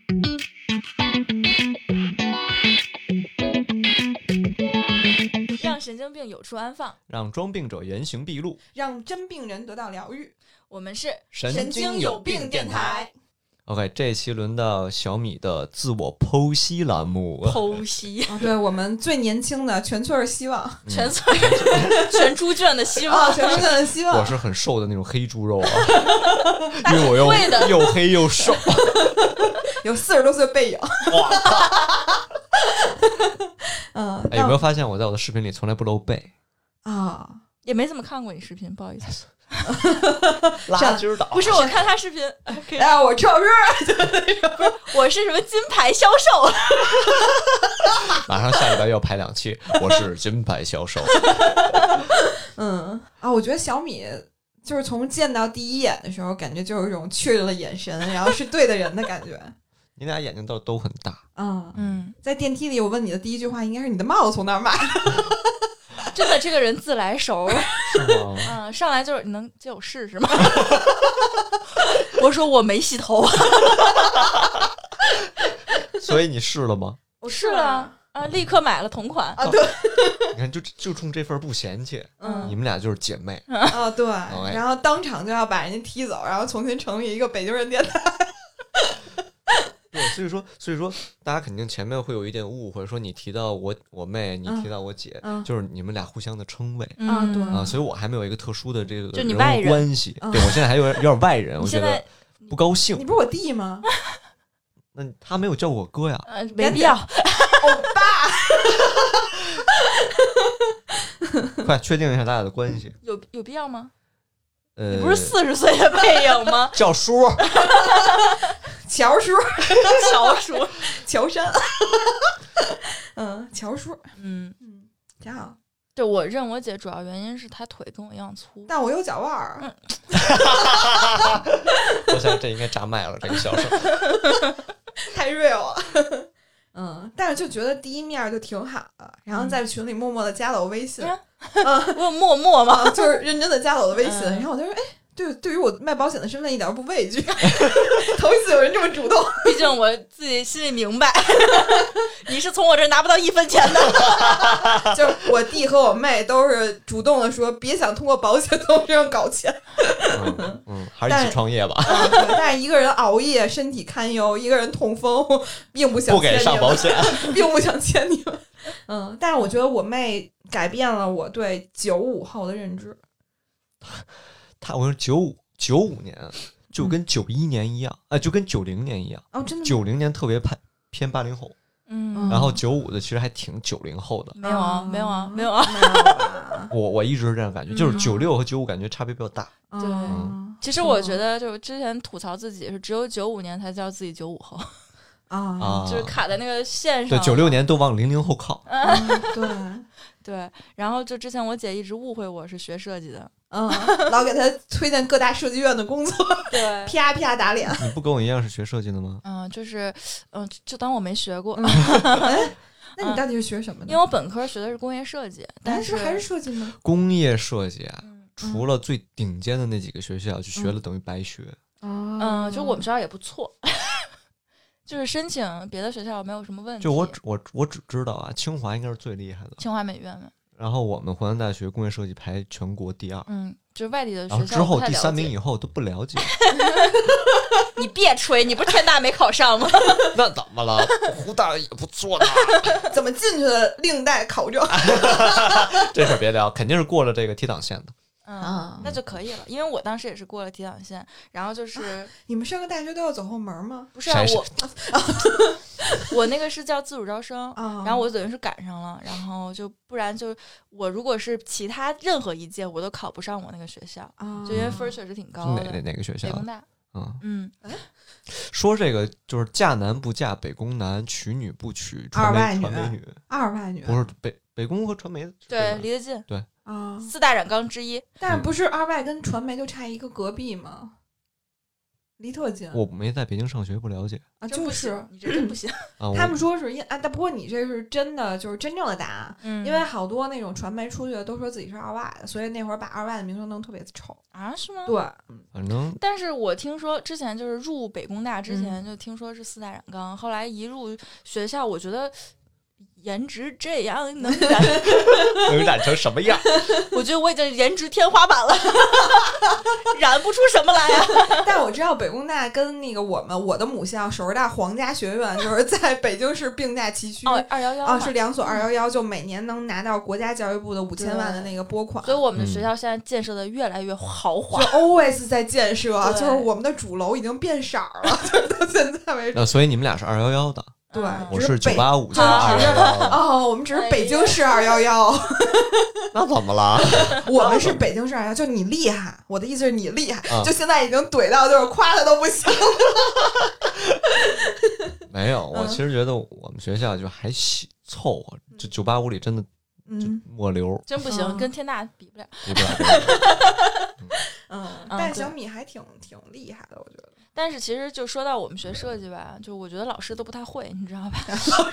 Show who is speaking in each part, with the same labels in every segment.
Speaker 1: 让神经病有处安放，
Speaker 2: 让装病者原形毕露。
Speaker 3: 让真病人得到疗愈。
Speaker 1: 我们是
Speaker 3: 神经有病电台，
Speaker 2: OK，这一期轮到小米的自我剖析栏目，嗯
Speaker 1: 剖析，
Speaker 3: 啊，对我们最年轻的全村儿希望，
Speaker 2: 嗯
Speaker 1: 全村儿 全猪圈的希
Speaker 3: 啊，
Speaker 1: 望，
Speaker 3: 全村的希
Speaker 2: 我
Speaker 3: 望。
Speaker 2: 是很瘦的那种黑猪肉啊，因为我又
Speaker 1: 会的
Speaker 2: 又黑又瘦，
Speaker 3: 有四十多岁 背影。嗯，
Speaker 2: 哎，有
Speaker 3: 那
Speaker 2: 没有发现我在我的视频里从来不露背？
Speaker 3: 啊，
Speaker 1: 也没怎么看过你视频，不好意思，
Speaker 3: 拉
Speaker 2: 筋倒
Speaker 1: 不是我看他视频，呃可以
Speaker 3: 哎，我赵瑞，
Speaker 1: 我是什么金牌销售，啊
Speaker 2: 马上下礼拜要排两期，我是金牌销售，
Speaker 3: 嗯啊，我觉得小米就是从见到第一眼的时候，感觉就有一种确认了眼神，然后是对的人的感觉。
Speaker 2: 你俩眼睛都都很大，
Speaker 3: 嗯，
Speaker 1: 嗯，
Speaker 3: 在电梯里，我问你的第一句话应该是你的帽子从哪儿买？
Speaker 1: 真的这个人自来熟，
Speaker 2: 是吗？
Speaker 1: 嗯，上来就是你能借我试试吗？ 我说我没洗头，啊
Speaker 2: 所以你试了吗？
Speaker 3: 我
Speaker 1: 试
Speaker 3: 嗯
Speaker 1: 了啊，立刻买了同款，
Speaker 3: 啊，对，
Speaker 2: 你看，就就冲这份不嫌弃，
Speaker 3: 嗯
Speaker 2: 你们俩就是姐妹。
Speaker 3: 啊，对，
Speaker 2: 哎
Speaker 3: 然后当场就要把人家踢走，然后重新成立一个北京人电台。
Speaker 2: 对，所以说，所以说，大家肯定前面会有一点误会，说你提到我我妹，你提到我姐，
Speaker 3: 嗯
Speaker 2: 就是你们俩互相的称谓。
Speaker 1: 嗯
Speaker 3: 啊对
Speaker 2: 啊，所以我还没有一个特殊的这个
Speaker 1: 就你
Speaker 2: 人物
Speaker 1: 外人嗯
Speaker 2: 关系，
Speaker 3: 啊
Speaker 2: 对我现在还有点有点外人，我
Speaker 1: 你
Speaker 2: 觉
Speaker 1: 现
Speaker 2: 得
Speaker 1: 在
Speaker 2: 不高
Speaker 3: 你
Speaker 2: 兴。
Speaker 3: 不是我弟吗？
Speaker 2: 那他没有叫我哥呀，
Speaker 1: 呃没必要，
Speaker 2: 快确定一下咱俩的关系。
Speaker 1: 有有必要吗？
Speaker 2: 呃，
Speaker 1: 你不是四十岁的背影吗？
Speaker 2: 叫叔，
Speaker 3: 乔叔，
Speaker 1: 小鼠，
Speaker 3: 乔山， 嗯，乔叔，
Speaker 1: 嗯，
Speaker 3: 嗯，挺好。
Speaker 1: 对我认我姐主要原因是她腿跟我一样粗，
Speaker 3: 但我有脚腕儿，
Speaker 2: 我想这应该炸麦了，这个笑声。
Speaker 3: 太 real 了。嗯， 但是就觉得第一面就挺好的，然后在群里默默的加了我微信，
Speaker 1: 嗯我有默默吗？
Speaker 3: 啊，就是认真的加了我的微信，
Speaker 1: 嗯
Speaker 3: 然后我就说，哎，对，对于我卖保险的身份一点都不畏惧， 头一次有人这么主动。
Speaker 1: 毕竟我自己心里明白， 你是从我这儿拿不到一分钱的。
Speaker 3: 就是我弟和我妹都是主动的说，别想通过保险 从我身上搞钱。
Speaker 2: 嗯嗯，还是一
Speaker 3: 但
Speaker 2: 起创业吧，
Speaker 3: 啊对但是一个人熬夜身体堪忧，一个人痛风，我并不想
Speaker 2: 不给
Speaker 3: 见你
Speaker 2: 上
Speaker 3: 们
Speaker 2: 保险。
Speaker 3: 并不想见你们。嗯，但是我觉得我妹改变了我对九五后的认知。
Speaker 2: 他我说九五九五年
Speaker 1: 嗯
Speaker 2: 就跟九一年一样，啊、就跟九零年一样，
Speaker 3: 哦，真的吗
Speaker 2: 九零年特别偏偏八零后，
Speaker 1: 嗯
Speaker 2: 然后九五的其实还挺九零后的。
Speaker 1: 没有啊，没有啊，没有啊。
Speaker 3: 没有吧？
Speaker 2: 我我一直是这样感觉，就是
Speaker 3: 嗯
Speaker 2: 九六和九五感觉差别比较大。
Speaker 3: 对
Speaker 2: 嗯
Speaker 1: 其实我觉得，就是之前吐槽自己是只有九五年才叫自己九五后，
Speaker 3: 啊，
Speaker 2: 啊，
Speaker 1: 嗯就是卡在那个线
Speaker 2: 对
Speaker 1: 上。
Speaker 2: 九六年都往零零后靠，
Speaker 3: 嗯对，
Speaker 1: 对，然后就之前我姐一直误会我是学设计的，
Speaker 3: 嗯，老给她推荐各大设计院的工作，
Speaker 1: 对，
Speaker 3: 啪啪打脸。
Speaker 2: 你不跟我一样是学设计的吗？
Speaker 1: 嗯，就是，嗯，就当我没学过，
Speaker 3: 嗯哎，那你到底是学什么的？
Speaker 1: 嗯因为我本科学的是工业设计，但
Speaker 3: 但是还是设计吗？
Speaker 2: 工业设计啊，
Speaker 1: 嗯
Speaker 2: 除了最顶尖的那几个学校，就学了等于白学。
Speaker 3: 啊
Speaker 1: 嗯，就我们学校也不错， 就是申请别的学校没有什么问题。
Speaker 2: 就我只我我只知道啊，清华应该是最厉害的，
Speaker 1: 清华美院嘛，
Speaker 2: 然后我们湖南大学工业设计排全国第二。
Speaker 1: 嗯，就是外地的
Speaker 2: 然后
Speaker 1: 学
Speaker 2: 之
Speaker 1: 校我
Speaker 2: 后
Speaker 1: 不太
Speaker 2: 第
Speaker 1: 了
Speaker 2: 三
Speaker 1: 解
Speaker 2: 名以后都不了 解，
Speaker 1: 你别吹，你不是天大没考 上吗？
Speaker 2: 那怎么了？湖大也不错的，
Speaker 3: 怎么进去的，另待考证。
Speaker 2: 这事儿别聊，肯定是过了这个提档线的。
Speaker 1: 嗯，
Speaker 3: 啊
Speaker 1: 那就可以了，因为我当时也是过了提档线，然
Speaker 2: 啊
Speaker 1: 后就是
Speaker 3: 你们上个大学都要走后门吗？
Speaker 1: 不是啊
Speaker 2: 谁是
Speaker 1: 我我那个是叫自主招生。
Speaker 3: 啊，
Speaker 1: 然后我等于是赶上了，然后就不然就我如果是其他任何一届我都考不上我那个学校，
Speaker 3: 啊，
Speaker 1: 就因为分儿确实挺
Speaker 2: 是
Speaker 1: 高
Speaker 2: 哪
Speaker 1: 的
Speaker 2: 哪。哪个学校
Speaker 1: 北？工大，
Speaker 2: 嗯，
Speaker 1: 嗯，
Speaker 2: 说这个就是嫁男不嫁北工男，娶女不娶传
Speaker 3: 二
Speaker 2: 媒
Speaker 3: 外
Speaker 2: 传媒
Speaker 3: 女
Speaker 2: 女，
Speaker 3: 二外女
Speaker 2: 不是北北工和传媒
Speaker 1: 对，
Speaker 2: 吧
Speaker 1: 离得近，
Speaker 3: 啊，
Speaker 1: 四大染缸之一。
Speaker 2: 嗯
Speaker 3: 但是不是二外跟传媒就差一个隔壁吗？离特近
Speaker 2: 我没在北京上学，不了解
Speaker 3: 啊，
Speaker 1: 真
Speaker 3: 就
Speaker 1: 不行
Speaker 3: 是
Speaker 1: 你这真不行。
Speaker 2: 啊。我
Speaker 3: 他们说是因啊，但不过你这是真的，就是真正的答案。
Speaker 1: 嗯
Speaker 3: 因为好多那种传媒出去的都说自己是二外的，所以那会儿把二外的名声弄得特别丑。
Speaker 1: 啊，是吗？
Speaker 3: 对，
Speaker 2: 反正
Speaker 1: 但是我听说之前就是入北工大之
Speaker 3: 嗯
Speaker 1: 前就听说是四大染缸，后来一入学校，我觉得颜值这样能 染，
Speaker 2: 能染成什么样？
Speaker 1: 我觉得我已经颜值天花板了， 染不出什么来啊 呀、
Speaker 3: 但我知道北工大跟那个我们我的母校首师大皇家学院，就是 在北京市并驾齐驱。
Speaker 1: 哦，二幺幺
Speaker 3: 啊，是两所二幺幺，就每年能拿到国家教育部的五千万的那个拨款，
Speaker 1: 所以我们的
Speaker 2: 嗯
Speaker 1: 学校现在建设的越来越豪华
Speaker 3: 就。always 在建设，啊
Speaker 1: 对
Speaker 3: 就是我们的主楼已经变色儿了， 就是到现在为止。
Speaker 2: 那所以你们俩是二幺幺的，
Speaker 3: 对
Speaker 1: 嗯
Speaker 2: 我
Speaker 3: 只是
Speaker 2: 是九
Speaker 3: 北
Speaker 2: 八五加
Speaker 1: 啊
Speaker 2: 二幺幺，
Speaker 3: 哦，我们
Speaker 1: 哎
Speaker 3: 只是北京市二幺幺，
Speaker 2: 那怎么了？
Speaker 3: 我们是北京市二幺，就你厉害，我的意思是你厉害，
Speaker 2: 啊
Speaker 3: 就现在已经怼到就是夸他都不行。
Speaker 2: 没有，我
Speaker 3: 嗯
Speaker 2: 其实觉得我们学校就还行，凑合。这
Speaker 3: 嗯
Speaker 2: 九八五里真的就
Speaker 3: 嗯
Speaker 2: 末流，
Speaker 1: 真不行，
Speaker 3: 嗯
Speaker 1: 跟天大比不了。
Speaker 2: 对吧？
Speaker 3: 嗯，
Speaker 1: 嗯
Speaker 3: 但
Speaker 1: 对
Speaker 3: 小米还挺挺厉害的，我觉得。
Speaker 1: 但是其实就说到我们学设计吧，就我觉得老师都不太会，你知道吧？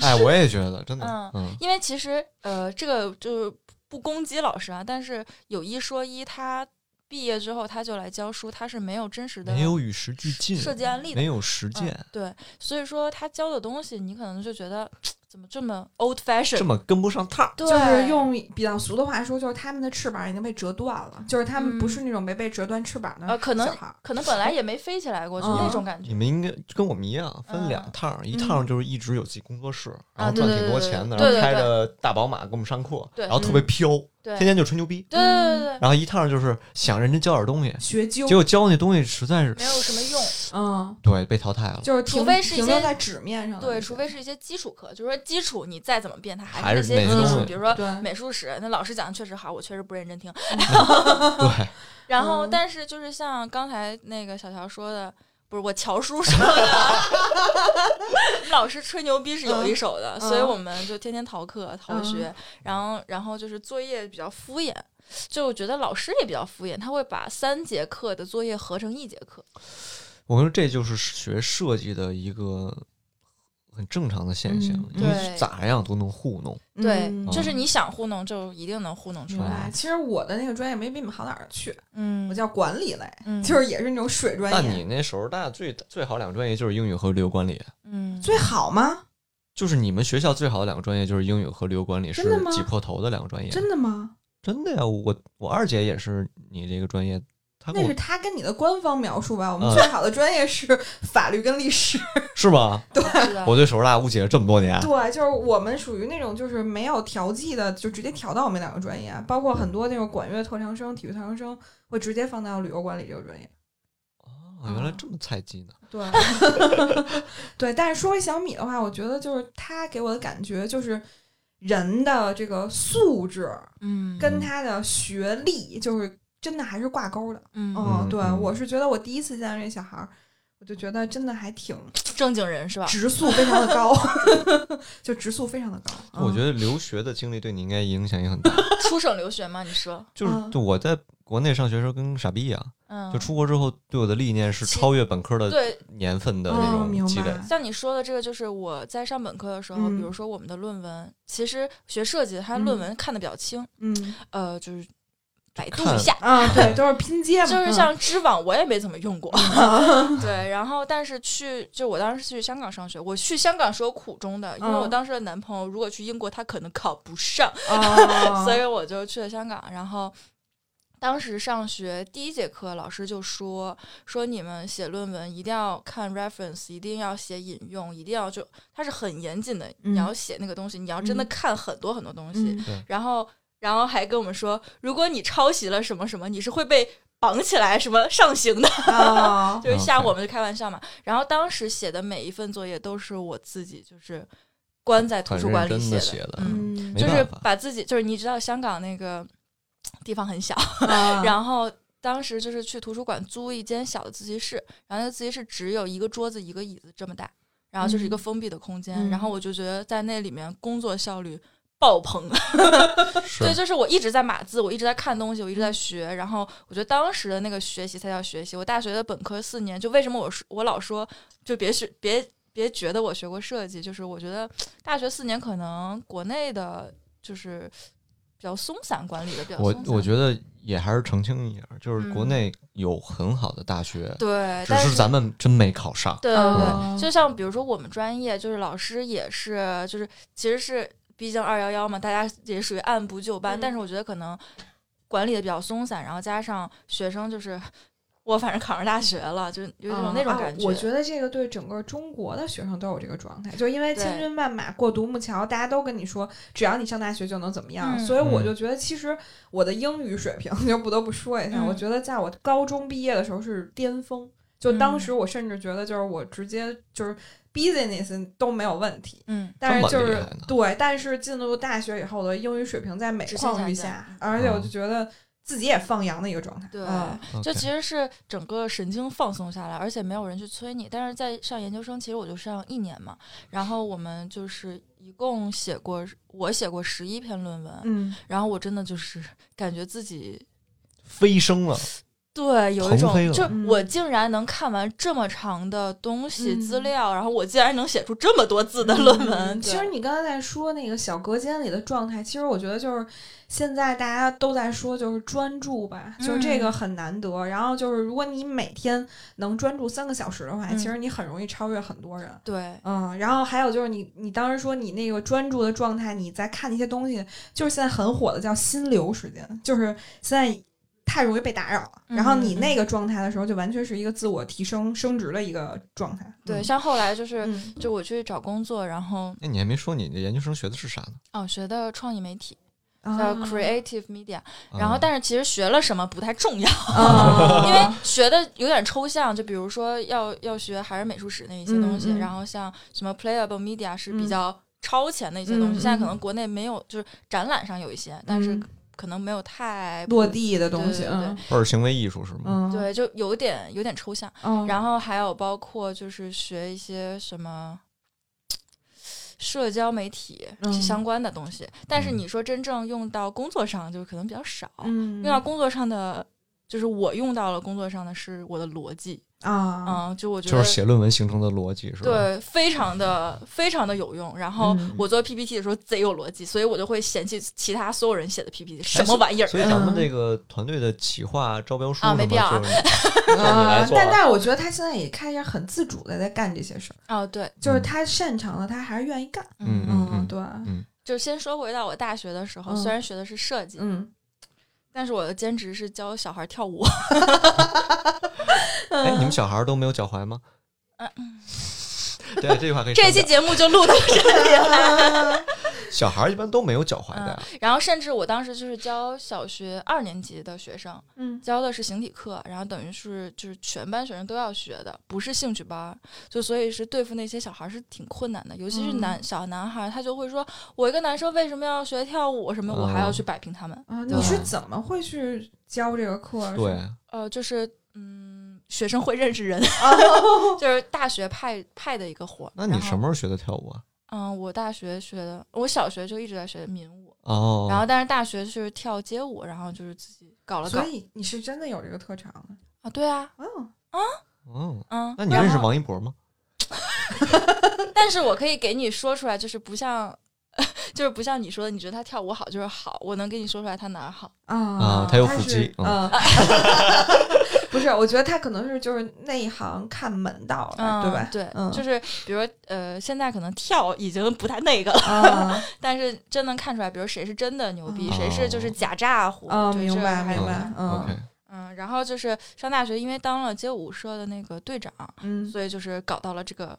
Speaker 2: 哎，我也觉得真的
Speaker 1: 嗯，
Speaker 2: 嗯，
Speaker 1: 因为其实呃，这个就是不攻击老师啊，但是有一说一，他毕业之后他就来教书，他是没有真实的
Speaker 2: 没有与时俱进，
Speaker 1: 设计案例的
Speaker 2: 没。有实
Speaker 1: 嗯
Speaker 2: 践，
Speaker 1: 对，所以说他教的东西，你可能就觉得怎么这么 old fashion，
Speaker 2: 这么跟不上趟儿。
Speaker 1: 对，
Speaker 3: 就是用比较俗的话说，就是他们的翅膀已经被折断了，就是他们不是那种没被折断翅膀的
Speaker 1: 呃可能
Speaker 3: 小孩儿
Speaker 1: 可能本来也没飞起来过，就
Speaker 3: 嗯
Speaker 1: 那种感觉
Speaker 2: 你。们应该跟我们一样，
Speaker 1: 嗯
Speaker 2: 分
Speaker 1: 啊
Speaker 2: 两趟儿，一
Speaker 3: 嗯
Speaker 2: 趟儿就是一直有自己工作室，然后
Speaker 1: 对
Speaker 2: 赚
Speaker 1: 对
Speaker 2: 挺多
Speaker 1: 对
Speaker 2: 钱的，
Speaker 1: 对
Speaker 2: 然后
Speaker 1: 对
Speaker 2: 开
Speaker 1: 对
Speaker 2: 着大宝马给我们上课，
Speaker 1: 对嗯
Speaker 2: 然后特别飘，
Speaker 1: 对
Speaker 2: 天天嗯就吹牛逼。
Speaker 1: 对对对对，
Speaker 2: 然后一趟儿就是想认真教点东西，
Speaker 3: 学究
Speaker 2: 结，果教那东西实在是
Speaker 1: 没有什么用。
Speaker 3: 嗯，
Speaker 2: 对被 淘汰了，
Speaker 3: 就是停
Speaker 1: 除非是一些
Speaker 3: 停留在纸面
Speaker 2: 嗯
Speaker 3: 上的那
Speaker 1: 对，
Speaker 3: 些，
Speaker 1: 除非是一些基础课，就是说基础你再怎么变，它
Speaker 2: 还
Speaker 1: 是那
Speaker 2: 是
Speaker 1: 些
Speaker 2: 那
Speaker 1: 基
Speaker 2: 些
Speaker 3: 东
Speaker 1: 础，
Speaker 3: 西
Speaker 1: 比如说
Speaker 3: 对
Speaker 1: 美术史，那老师讲的确实好，我确实不认真听。
Speaker 2: 对，
Speaker 1: 然后，
Speaker 3: 嗯
Speaker 1: 但是就是像刚才那个小乔说的，不是我乔叔说的， 我们老师吹牛逼是有一手的，
Speaker 3: 嗯
Speaker 1: 所以我们就天天逃课逃学，然后然后就是作业比较敷衍。就我觉得老师也比较敷衍，他会把三节课的作业合成一节课。
Speaker 2: 我说这就是学设计的一个很正常的现象
Speaker 3: 嗯，
Speaker 2: 因为
Speaker 1: 对
Speaker 2: 咋样都能糊弄。
Speaker 1: 对，
Speaker 3: 嗯
Speaker 1: 就是你想糊弄，就一定能糊弄出
Speaker 3: 明白
Speaker 1: 来。
Speaker 3: 嗯其实我的那个专业没比你们好哪儿去，
Speaker 1: 嗯，
Speaker 3: 我叫管理类，
Speaker 1: 嗯
Speaker 3: 就是也是那种水专
Speaker 2: 那
Speaker 3: 业，
Speaker 2: 你那首师大最最好两个专业就是英语和旅游管理，
Speaker 1: 嗯，
Speaker 3: 最好吗？
Speaker 2: 就是你们学校最好的两个专业就是英语和旅游管理，是
Speaker 3: 真的吗
Speaker 2: 挤破头的两个专业。
Speaker 3: 真的吗？
Speaker 2: 真的呀，我我二姐也是你这个专业，她跟
Speaker 3: 那
Speaker 2: 我
Speaker 3: 是他跟你的官方描述吧？我们
Speaker 2: 嗯
Speaker 3: 最好的专业是法律跟历史。
Speaker 2: 是吗？
Speaker 1: 是的
Speaker 2: 我对首师大误解了这么多年。
Speaker 3: 对，就是我们属于那种就是没有调剂的，就直接调到我们两个专业，啊包括很多那种管乐特长生、体育特长生会直接放到旅游管理这个专业。
Speaker 2: 哦，原来这么菜鸡呢。
Speaker 3: 对，对， 但是说回小米的话，我觉得就是他给我的感觉就是人的这个素质
Speaker 1: 嗯
Speaker 3: 跟他的学历就是真的还是挂钩的。
Speaker 1: 嗯
Speaker 3: 嗯，
Speaker 2: 嗯
Speaker 3: 对，
Speaker 2: 嗯
Speaker 3: 我是觉得我第一次见到这小孩儿，我就觉得真的还挺
Speaker 1: 正经人是吧？
Speaker 3: 植素非常的高， 就植素非常的高。
Speaker 1: 啊
Speaker 2: 我觉
Speaker 3: 得
Speaker 2: 得留学的经历对你应该影响也 很大，
Speaker 1: 出省留学吗？你 说，
Speaker 2: 就是
Speaker 3: 嗯
Speaker 2: 就我在国内上学时候跟傻逼一样，
Speaker 1: 嗯，
Speaker 2: 就出国之后对我的历练是
Speaker 1: 其
Speaker 2: 超越本科的
Speaker 1: 对，嗯
Speaker 2: 年份的那
Speaker 3: 哦，明
Speaker 2: 种积累
Speaker 3: 白。。
Speaker 1: 像你说的这个，就是我在上本科的时候，
Speaker 3: 嗯
Speaker 1: 比如说我们的论文，其实学设计它
Speaker 3: 嗯
Speaker 1: 论文看的比较清，
Speaker 3: 嗯
Speaker 1: 呃，就是百度
Speaker 2: 看
Speaker 1: 一下。
Speaker 3: 啊，对，都是拼接嘛，
Speaker 1: 就是
Speaker 3: 嗯
Speaker 1: 像知网，我也没怎么用 过。对，然后但是去，就我当时去香港上学，我去香港是有苦衷的，因为
Speaker 3: 嗯
Speaker 1: 我当时的男朋友如果去英国，他可能考不上，
Speaker 3: 啊，
Speaker 1: 所以我就去了香港。然后当时上学第一节课，老师就说说你们写论文一定要看 reference，一定要写引用，一定要就它是很严谨的，
Speaker 3: 嗯
Speaker 1: 你要写那个东西，你要真的
Speaker 3: 嗯
Speaker 1: 看很多很多东西。
Speaker 3: 嗯
Speaker 1: 然后然后还跟我们说，如果你抄袭了什么什么，你是会被绑起来什么上刑的，
Speaker 3: 啊，
Speaker 2: 哦
Speaker 1: 就是吓我们就开玩笑嘛。然后当时写的每一份作业都是我自己就是关在图书馆里
Speaker 2: 很认真
Speaker 1: 写
Speaker 2: 地
Speaker 1: 的，
Speaker 2: 写的
Speaker 1: 嗯。
Speaker 3: 嗯
Speaker 2: 没
Speaker 1: 就是
Speaker 2: 办法
Speaker 1: 把自己，就是你知道香港那个地方很小，
Speaker 3: 啊
Speaker 1: 然后当时就是去图书馆租一间小的自习室，然后那自习室只有一个桌子一个椅子这么大，然后就是一个
Speaker 3: 嗯
Speaker 1: 封闭的空间，
Speaker 3: 嗯
Speaker 1: 然后我就觉得在那里面工作效率爆棚。
Speaker 2: 是
Speaker 1: 对，就是我一直在码字，我一直在看东西，我一直在学。然后我觉得当时的那个学习才叫学习。我大学的本科四年，就为什么我说我老说就别学别别觉得我学过设计，就是我觉得大学四年可能国内的就是比较松散管理的比较松
Speaker 2: 我
Speaker 1: 散。
Speaker 2: 我觉得也还是澄清一下，就是国
Speaker 1: 嗯
Speaker 2: 内有很好的大学，
Speaker 1: 对，
Speaker 2: 只
Speaker 1: 但
Speaker 2: 是咱们真没考上。
Speaker 1: 对对
Speaker 3: 哦
Speaker 1: 对，就像比如说我们专业，就是老师也是，就是其实是毕竟二幺幺嘛，大家也属于按部就班，
Speaker 4: 嗯
Speaker 1: 但是我觉得可能管理的比较松散，然后加上学生就是。我反正考上大学了，就是有一种那种
Speaker 3: 啊
Speaker 1: 感觉。
Speaker 3: 我觉得这个对整个中国的学生都有这个状态，就因为千军万马过独木桥，大家都跟你说，只要你上大学就能怎么样，
Speaker 1: 嗯
Speaker 3: 所以我就觉得，其实我的英语水平 就不得不说一下，
Speaker 1: 嗯
Speaker 3: 我觉得在我高中毕业的时候是巅峰，就当
Speaker 1: 嗯
Speaker 3: 时我甚至觉得就是我直接就是 business 都没有问题。
Speaker 1: 嗯，
Speaker 3: 但
Speaker 2: 这
Speaker 3: 是就
Speaker 2: 么厉
Speaker 3: 是
Speaker 2: 害呢
Speaker 3: 对，但是进入大学以后，我的英语水平在每
Speaker 1: 直线
Speaker 3: 况愈
Speaker 1: 下降
Speaker 3: 下，而且我就觉得自己也放羊的一个状态。
Speaker 1: 对，
Speaker 3: 嗯
Speaker 1: 就
Speaker 2: OK
Speaker 1: 其实是整个神经放松下来，而且没有人去催你。但是在上研究生，其实我就上一年嘛，然后我们就是一共写过，我写过十一篇论文，
Speaker 3: 嗯，
Speaker 1: 然后我真的就是感觉自己
Speaker 2: 飞升了，
Speaker 1: 对，有一
Speaker 2: 腾飞
Speaker 1: 种
Speaker 2: 了
Speaker 1: 就
Speaker 3: 嗯
Speaker 1: 我竟然能看完这么长的东西
Speaker 3: 嗯
Speaker 1: 资料，然后我竟然能写出这么多字的论文。
Speaker 3: 嗯其实你刚才在说那个小隔间里的状态，其实我觉得就是现在大家都在说就是专注吧，
Speaker 1: 嗯
Speaker 3: 就是这个很难得。然后就是如果你每天能专注三个小时的话，
Speaker 1: 嗯
Speaker 3: 其实你很容易超越很多人。
Speaker 1: 对
Speaker 3: 嗯，然后还有就是你，你当时说你那个专注的状态，你在看一些东西，就是现在很火的叫心流时间，就是现在太容易被打扰了。然后你
Speaker 1: 嗯嗯
Speaker 3: 那个状态的时候，就完全是一个自我提升、升值的一个状态。
Speaker 1: 对，像后来就是
Speaker 3: 嗯，
Speaker 1: 就我去找工作，然后
Speaker 2: 那你还没说你的研究生学的是啥呢？
Speaker 1: 哦学的创意媒体
Speaker 3: 嗯，
Speaker 1: 叫
Speaker 3: 啊
Speaker 1: creative media，
Speaker 2: 啊
Speaker 1: 然后但是其实学了什么不太重要，
Speaker 3: 啊
Speaker 1: 因为学的有点抽象，就比如说要要学还是美术史那一些东西，
Speaker 3: 嗯嗯
Speaker 1: 然后像什么 playable media 是比
Speaker 3: 嗯
Speaker 1: 较超前的一些东西，
Speaker 3: 嗯嗯
Speaker 1: 现在可能国内没有，就是展览上有一些，但是
Speaker 3: 嗯
Speaker 1: 可能没有太
Speaker 3: 落地的东西，
Speaker 1: 对对对
Speaker 3: 嗯
Speaker 2: 或者行为艺术是吗？
Speaker 3: 嗯，
Speaker 1: 对，就有点有点抽象。
Speaker 3: 嗯，
Speaker 1: 然后还有包括就是学一些什么社交媒体
Speaker 3: 嗯
Speaker 1: 相关的东西，但是
Speaker 2: 嗯
Speaker 1: 你说真正用到工作上，就可能比较少。
Speaker 3: 嗯，
Speaker 1: 用到工作上的，就是我用到了工作上的是我的逻辑，
Speaker 3: 啊，
Speaker 1: 嗯，就我觉
Speaker 2: 就是
Speaker 1: 得
Speaker 2: 写论文形成的逻辑是吧？，
Speaker 1: 对非常的非常的有用。然后
Speaker 3: 嗯
Speaker 1: 我做 PPT 的时候贼有逻辑，所以我就会嫌弃其他所有人写的 PPT 什么玩意儿。
Speaker 2: 哎所以咱们这个团队的企划招标书
Speaker 1: 嗯啊
Speaker 2: 什么
Speaker 1: 没必要啊
Speaker 2: 就是 你来
Speaker 3: 啊
Speaker 2: 做
Speaker 3: 但
Speaker 2: 吧
Speaker 3: 但是我觉得他现在也开始很自主的在干这些事儿，
Speaker 1: 哦，对，
Speaker 3: 就是他擅长的，他还是愿意干。
Speaker 2: 嗯嗯
Speaker 3: 嗯，对，
Speaker 1: 就先说回到我大学的时候，
Speaker 3: 嗯
Speaker 1: 虽然学的是设计，
Speaker 3: 嗯，
Speaker 1: 但是我的兼职是教小孩跳 舞。
Speaker 3: 嗯
Speaker 2: 哎，
Speaker 1: 嗯
Speaker 2: 你们小孩儿都没有脚踝吗？ 对，这句话可以删
Speaker 1: 这
Speaker 2: 掉。
Speaker 1: 一期节目就录到这里了。
Speaker 2: 小孩儿一般都没有脚踝的呀。
Speaker 1: 然后，甚至我当时就是教小学二年级的学生，
Speaker 3: 嗯
Speaker 1: 教的是形体课，然后等于是就是全班学生都要学的，不是兴趣班儿，就所以是对付那些小孩儿是挺困难的，尤其是
Speaker 3: 嗯
Speaker 1: 男、小男孩儿，他就会说，我一个男生为什么要学跳舞什么，我
Speaker 2: 哦
Speaker 1: 还要去摆平他们。
Speaker 3: 啊，
Speaker 1: 对
Speaker 3: 你是怎么会去教这个课？
Speaker 2: 嗯对，
Speaker 1: 呃，就是嗯，学生会认识 人，就是大学派派的一个活儿。
Speaker 2: 那你
Speaker 1: 然后
Speaker 2: 什么时候学的跳舞啊？
Speaker 1: 嗯，我大学学的，我小学就一直在学民舞，
Speaker 2: 哦，
Speaker 1: 然后但是大学是跳街舞，然后就是自己搞了
Speaker 3: 所
Speaker 1: 搞
Speaker 3: 以你是真的有这个特长的。
Speaker 1: 啊，对啊，
Speaker 3: 嗯，
Speaker 2: 哦，
Speaker 1: 嗯，
Speaker 2: 那你认识
Speaker 1: 然后？
Speaker 2: 王一博吗？
Speaker 1: 但是我可以给你说出来，就是不像， 就是不像你说的，你觉得他跳舞好就是好，我能给你说出来他哪儿好。
Speaker 3: 啊
Speaker 2: 啊他有
Speaker 3: 是
Speaker 2: 腹肌嗯
Speaker 3: 嗯， 不是，我觉得他可能是就是那一行看门道了，
Speaker 2: 哎
Speaker 1: 嗯，
Speaker 3: 对吧？
Speaker 1: 对，
Speaker 3: 嗯
Speaker 1: 就是比如呃，现在可能跳已经不太那个了，
Speaker 3: 啊，
Speaker 1: 但是真能看出来，比如谁是真的牛逼，
Speaker 2: 哦
Speaker 1: 谁是就是假诈虎。
Speaker 3: 哦
Speaker 1: 就这
Speaker 3: 明白
Speaker 1: 还
Speaker 3: 明
Speaker 1: 有
Speaker 3: 白嗯
Speaker 2: OK，
Speaker 1: 嗯，然后就是上大学，因为当了街舞社的那个队长，
Speaker 3: 嗯
Speaker 1: 所以就是搞到了这个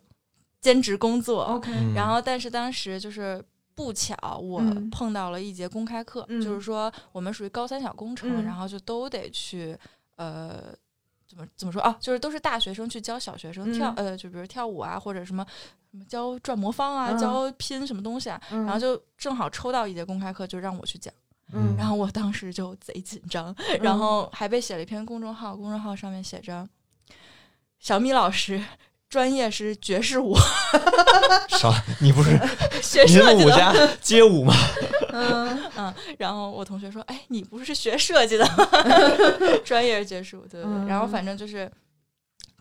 Speaker 1: 兼职工作。
Speaker 3: ，OK，
Speaker 2: 嗯
Speaker 1: 然后，但是当时就是不巧，我
Speaker 3: 嗯
Speaker 1: 碰到了一节公开课，
Speaker 3: 嗯
Speaker 1: 就是说我们属于高三小工程，
Speaker 3: 嗯
Speaker 1: 然后就都得去，呃，怎么怎么说啊？就是都是大学生去教小学生跳，
Speaker 3: 嗯
Speaker 1: 呃，就比如跳舞啊，或者什么什么教转魔方啊，
Speaker 3: 嗯
Speaker 1: 教拼什么东西啊。
Speaker 2: 嗯
Speaker 3: 然
Speaker 1: 然后就正好抽到一节公开课，就让我去讲，
Speaker 3: 嗯
Speaker 1: 然后我当时就贼紧张，然后还被写了一篇公众号，公众号上面写着“小米老师专业是爵士舞，
Speaker 2: 啥？你不是
Speaker 1: 学
Speaker 2: 你是
Speaker 1: 设计
Speaker 2: 舞
Speaker 1: 的。
Speaker 2: 家街 舞吗？
Speaker 3: 嗯
Speaker 1: 嗯，然后我同学说：“哎，你不是学设计的吗？ 专业是爵士舞，对对对。
Speaker 3: 嗯
Speaker 1: 然后反正就是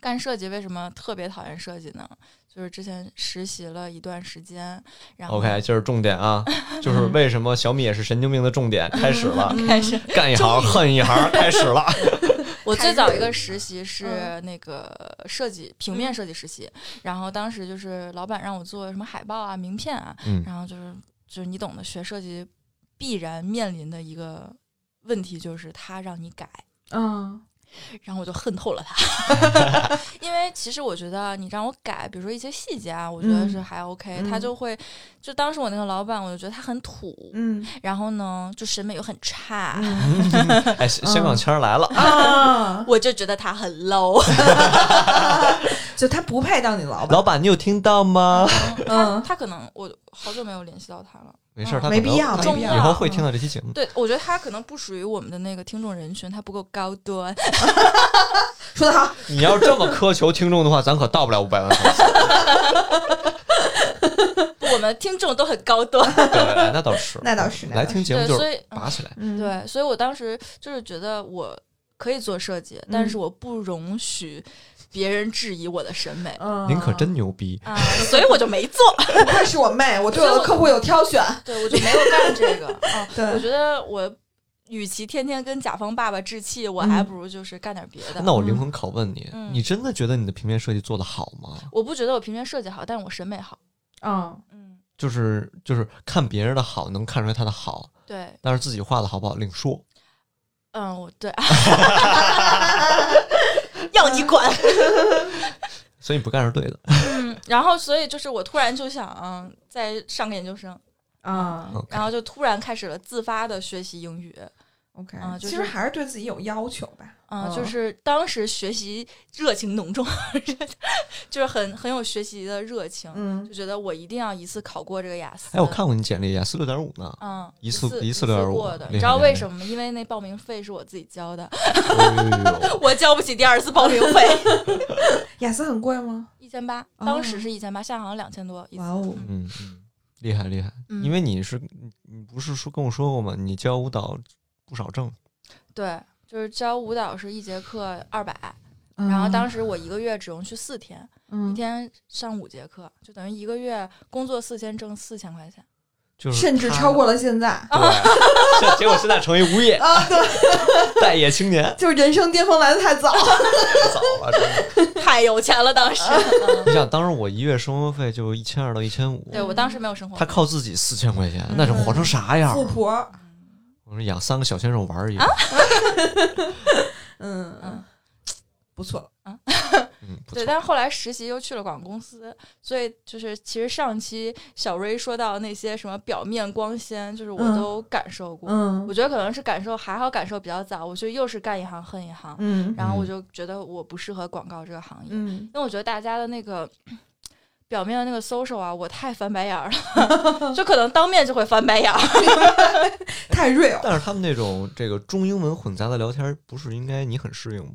Speaker 1: 干设计，为什么特别讨厌设计呢？就是之前实习了一段时间，然后
Speaker 2: OK，就是重点啊，就是
Speaker 3: 嗯
Speaker 2: 为什么小米也是神经病的重点开始 了，
Speaker 1: 开始
Speaker 2: 干一行恨一行开始了。
Speaker 1: 我
Speaker 3: 太
Speaker 1: 最
Speaker 3: 热
Speaker 1: 早一
Speaker 3: 了
Speaker 1: 个实习是
Speaker 3: 嗯
Speaker 1: 那个设计平面设计实习，然后当时就是老板让我做什么海报啊、名片啊，
Speaker 2: 嗯
Speaker 1: 然后就是就是你懂的，学设计必然面临的一个问题就是他让你改，
Speaker 3: 嗯
Speaker 1: 然后我就恨透了他， 因为其实我觉得你让我改，比如说一些细节啊，我觉得
Speaker 3: 嗯
Speaker 1: 是还 OK，、
Speaker 3: 嗯
Speaker 1: 他就会就当时我那个老板，我就觉得他很土，
Speaker 3: 嗯
Speaker 1: 然后呢就审美又很差。
Speaker 3: 嗯
Speaker 2: 哎，香港圈儿来了，
Speaker 3: 啊，
Speaker 1: 我就觉得他很 low，
Speaker 3: 就他不配当你老板，
Speaker 2: 老板，你有听到吗？
Speaker 1: 他他可能我好久没有联系到他了。
Speaker 2: 没事儿，他
Speaker 3: 没
Speaker 2: 可能
Speaker 3: 必要
Speaker 2: 他
Speaker 1: 没必要
Speaker 2: 以后会听到这期节目。
Speaker 1: 对，我觉得他可能不属于我们的那个听众人群，他不够高端。
Speaker 3: 说得好，
Speaker 2: 你要这么苛求听众的话，咱可到不了五百万粉 丝。
Speaker 1: 我们听众都很高端，
Speaker 2: 对，那倒是，
Speaker 3: 那倒是那倒
Speaker 2: 来
Speaker 3: 是
Speaker 2: 听啊节目
Speaker 1: 对，
Speaker 2: 就
Speaker 1: 所
Speaker 2: 是
Speaker 1: 以
Speaker 2: 拔起来。
Speaker 3: 嗯，
Speaker 1: 对，所以我当时就是觉得我可以做设计，但是我不容许别人质疑我的审美。
Speaker 3: 嗯，
Speaker 2: 您可真牛逼！
Speaker 1: 啊， 所以我就没做，
Speaker 3: 不愧是我妹，我对我的客户有挑选，
Speaker 1: 对我就没有干这 个。啊，
Speaker 3: 对
Speaker 1: 我觉得我与其天天跟甲方爸爸置气，我
Speaker 3: 嗯
Speaker 1: 还不如就是干点别的。
Speaker 2: 那我灵魂拷问你，
Speaker 1: 嗯
Speaker 2: 你真的觉得你的平面设计做得好吗？
Speaker 1: 我不觉得我平面设计好，但是我审美好。
Speaker 3: 嗯
Speaker 1: 嗯，
Speaker 2: 就是就是看别人的好，能看出来他的好，
Speaker 1: 对，
Speaker 2: 但是自己画的好不好另说。
Speaker 1: 嗯，我对，要你管。
Speaker 2: 所以你不干是对的。
Speaker 1: 嗯，然后所以就是我突然就想嗯再上个研究生，
Speaker 3: 啊
Speaker 2: OK，
Speaker 1: 然后就突然开始了自发的学习英语。
Speaker 3: ，OK，
Speaker 1: 啊就
Speaker 3: 其
Speaker 1: 是
Speaker 3: 实嗯还是对自己有要求吧，
Speaker 1: 嗯、
Speaker 3: 嗯
Speaker 1: 就是当时学习热情浓重， 就是很很有学习的热情，
Speaker 3: 嗯
Speaker 1: 就觉得我一定要一次考过这个雅思。
Speaker 2: 哎，我，看过你简历，雅思六点五呢。
Speaker 1: 嗯，
Speaker 2: 一次
Speaker 1: 次
Speaker 2: 一
Speaker 1: 一
Speaker 2: 次625
Speaker 1: 过的，
Speaker 2: 厉害
Speaker 1: 你知道为
Speaker 2: 厉害
Speaker 1: 什么吗？因为那报名费是我自己交的，
Speaker 2: 哎呦
Speaker 1: 我交不起第二次报名费，
Speaker 3: 雅思很贵吗？
Speaker 1: 一千八，
Speaker 3: 哦
Speaker 1: 当时是一千八，现在好像两千多一次。
Speaker 3: 哦
Speaker 1: 嗯
Speaker 2: 嗯，嗯，厉害厉害，
Speaker 1: 嗯
Speaker 2: 因为你是你你不是说跟我说过吗？你教舞蹈不少挣，
Speaker 1: 对，就是教舞蹈是一节课二百，然后当时我一个月只用去四天，一
Speaker 3: 嗯，
Speaker 1: 天上五节课，就等于一个月工作四天挣四千块钱。
Speaker 2: 就是
Speaker 3: 甚至
Speaker 2: 他
Speaker 3: 超过了现在
Speaker 2: 对，现结果现在成为无业
Speaker 3: 啊，对，
Speaker 2: 待业青年，
Speaker 3: 就是人生巅峰来的太早，
Speaker 2: 太早了，真的。
Speaker 1: 太有钱了，当时。
Speaker 2: 你想，当时我一月生活费就一千二到一千 五
Speaker 1: 嗯对，我当时没有生活
Speaker 2: 他
Speaker 1: 费，
Speaker 2: 靠自己四千块钱，那是活成啥样
Speaker 3: 嗯富
Speaker 2: 儿？啊我
Speaker 3: 婆，
Speaker 2: 说养三个小鲜肉玩儿一样，
Speaker 3: 嗯
Speaker 1: 嗯，
Speaker 3: 不错，
Speaker 2: 嗯，不
Speaker 1: 对，
Speaker 2: 错。
Speaker 1: 但是后来实习又去了广告公司，所以就是其实上期小瑞说到那些什么表面光鲜，就是我
Speaker 3: 嗯
Speaker 1: 都感受过。
Speaker 3: 嗯
Speaker 1: 我觉得可能是感受还好，感受比较早，我就又是干一行恨一行，
Speaker 3: 嗯
Speaker 1: 然后我就觉得我不适合广告这个行业，
Speaker 3: 嗯
Speaker 1: 因为我觉得大家的那个。表面的那个 social 啊，我太翻白眼儿了， 就可能当面就会翻白眼儿。
Speaker 3: 太 real，
Speaker 2: 但是他们那种这个中英文混杂的聊天儿，不是应该你很适应吗？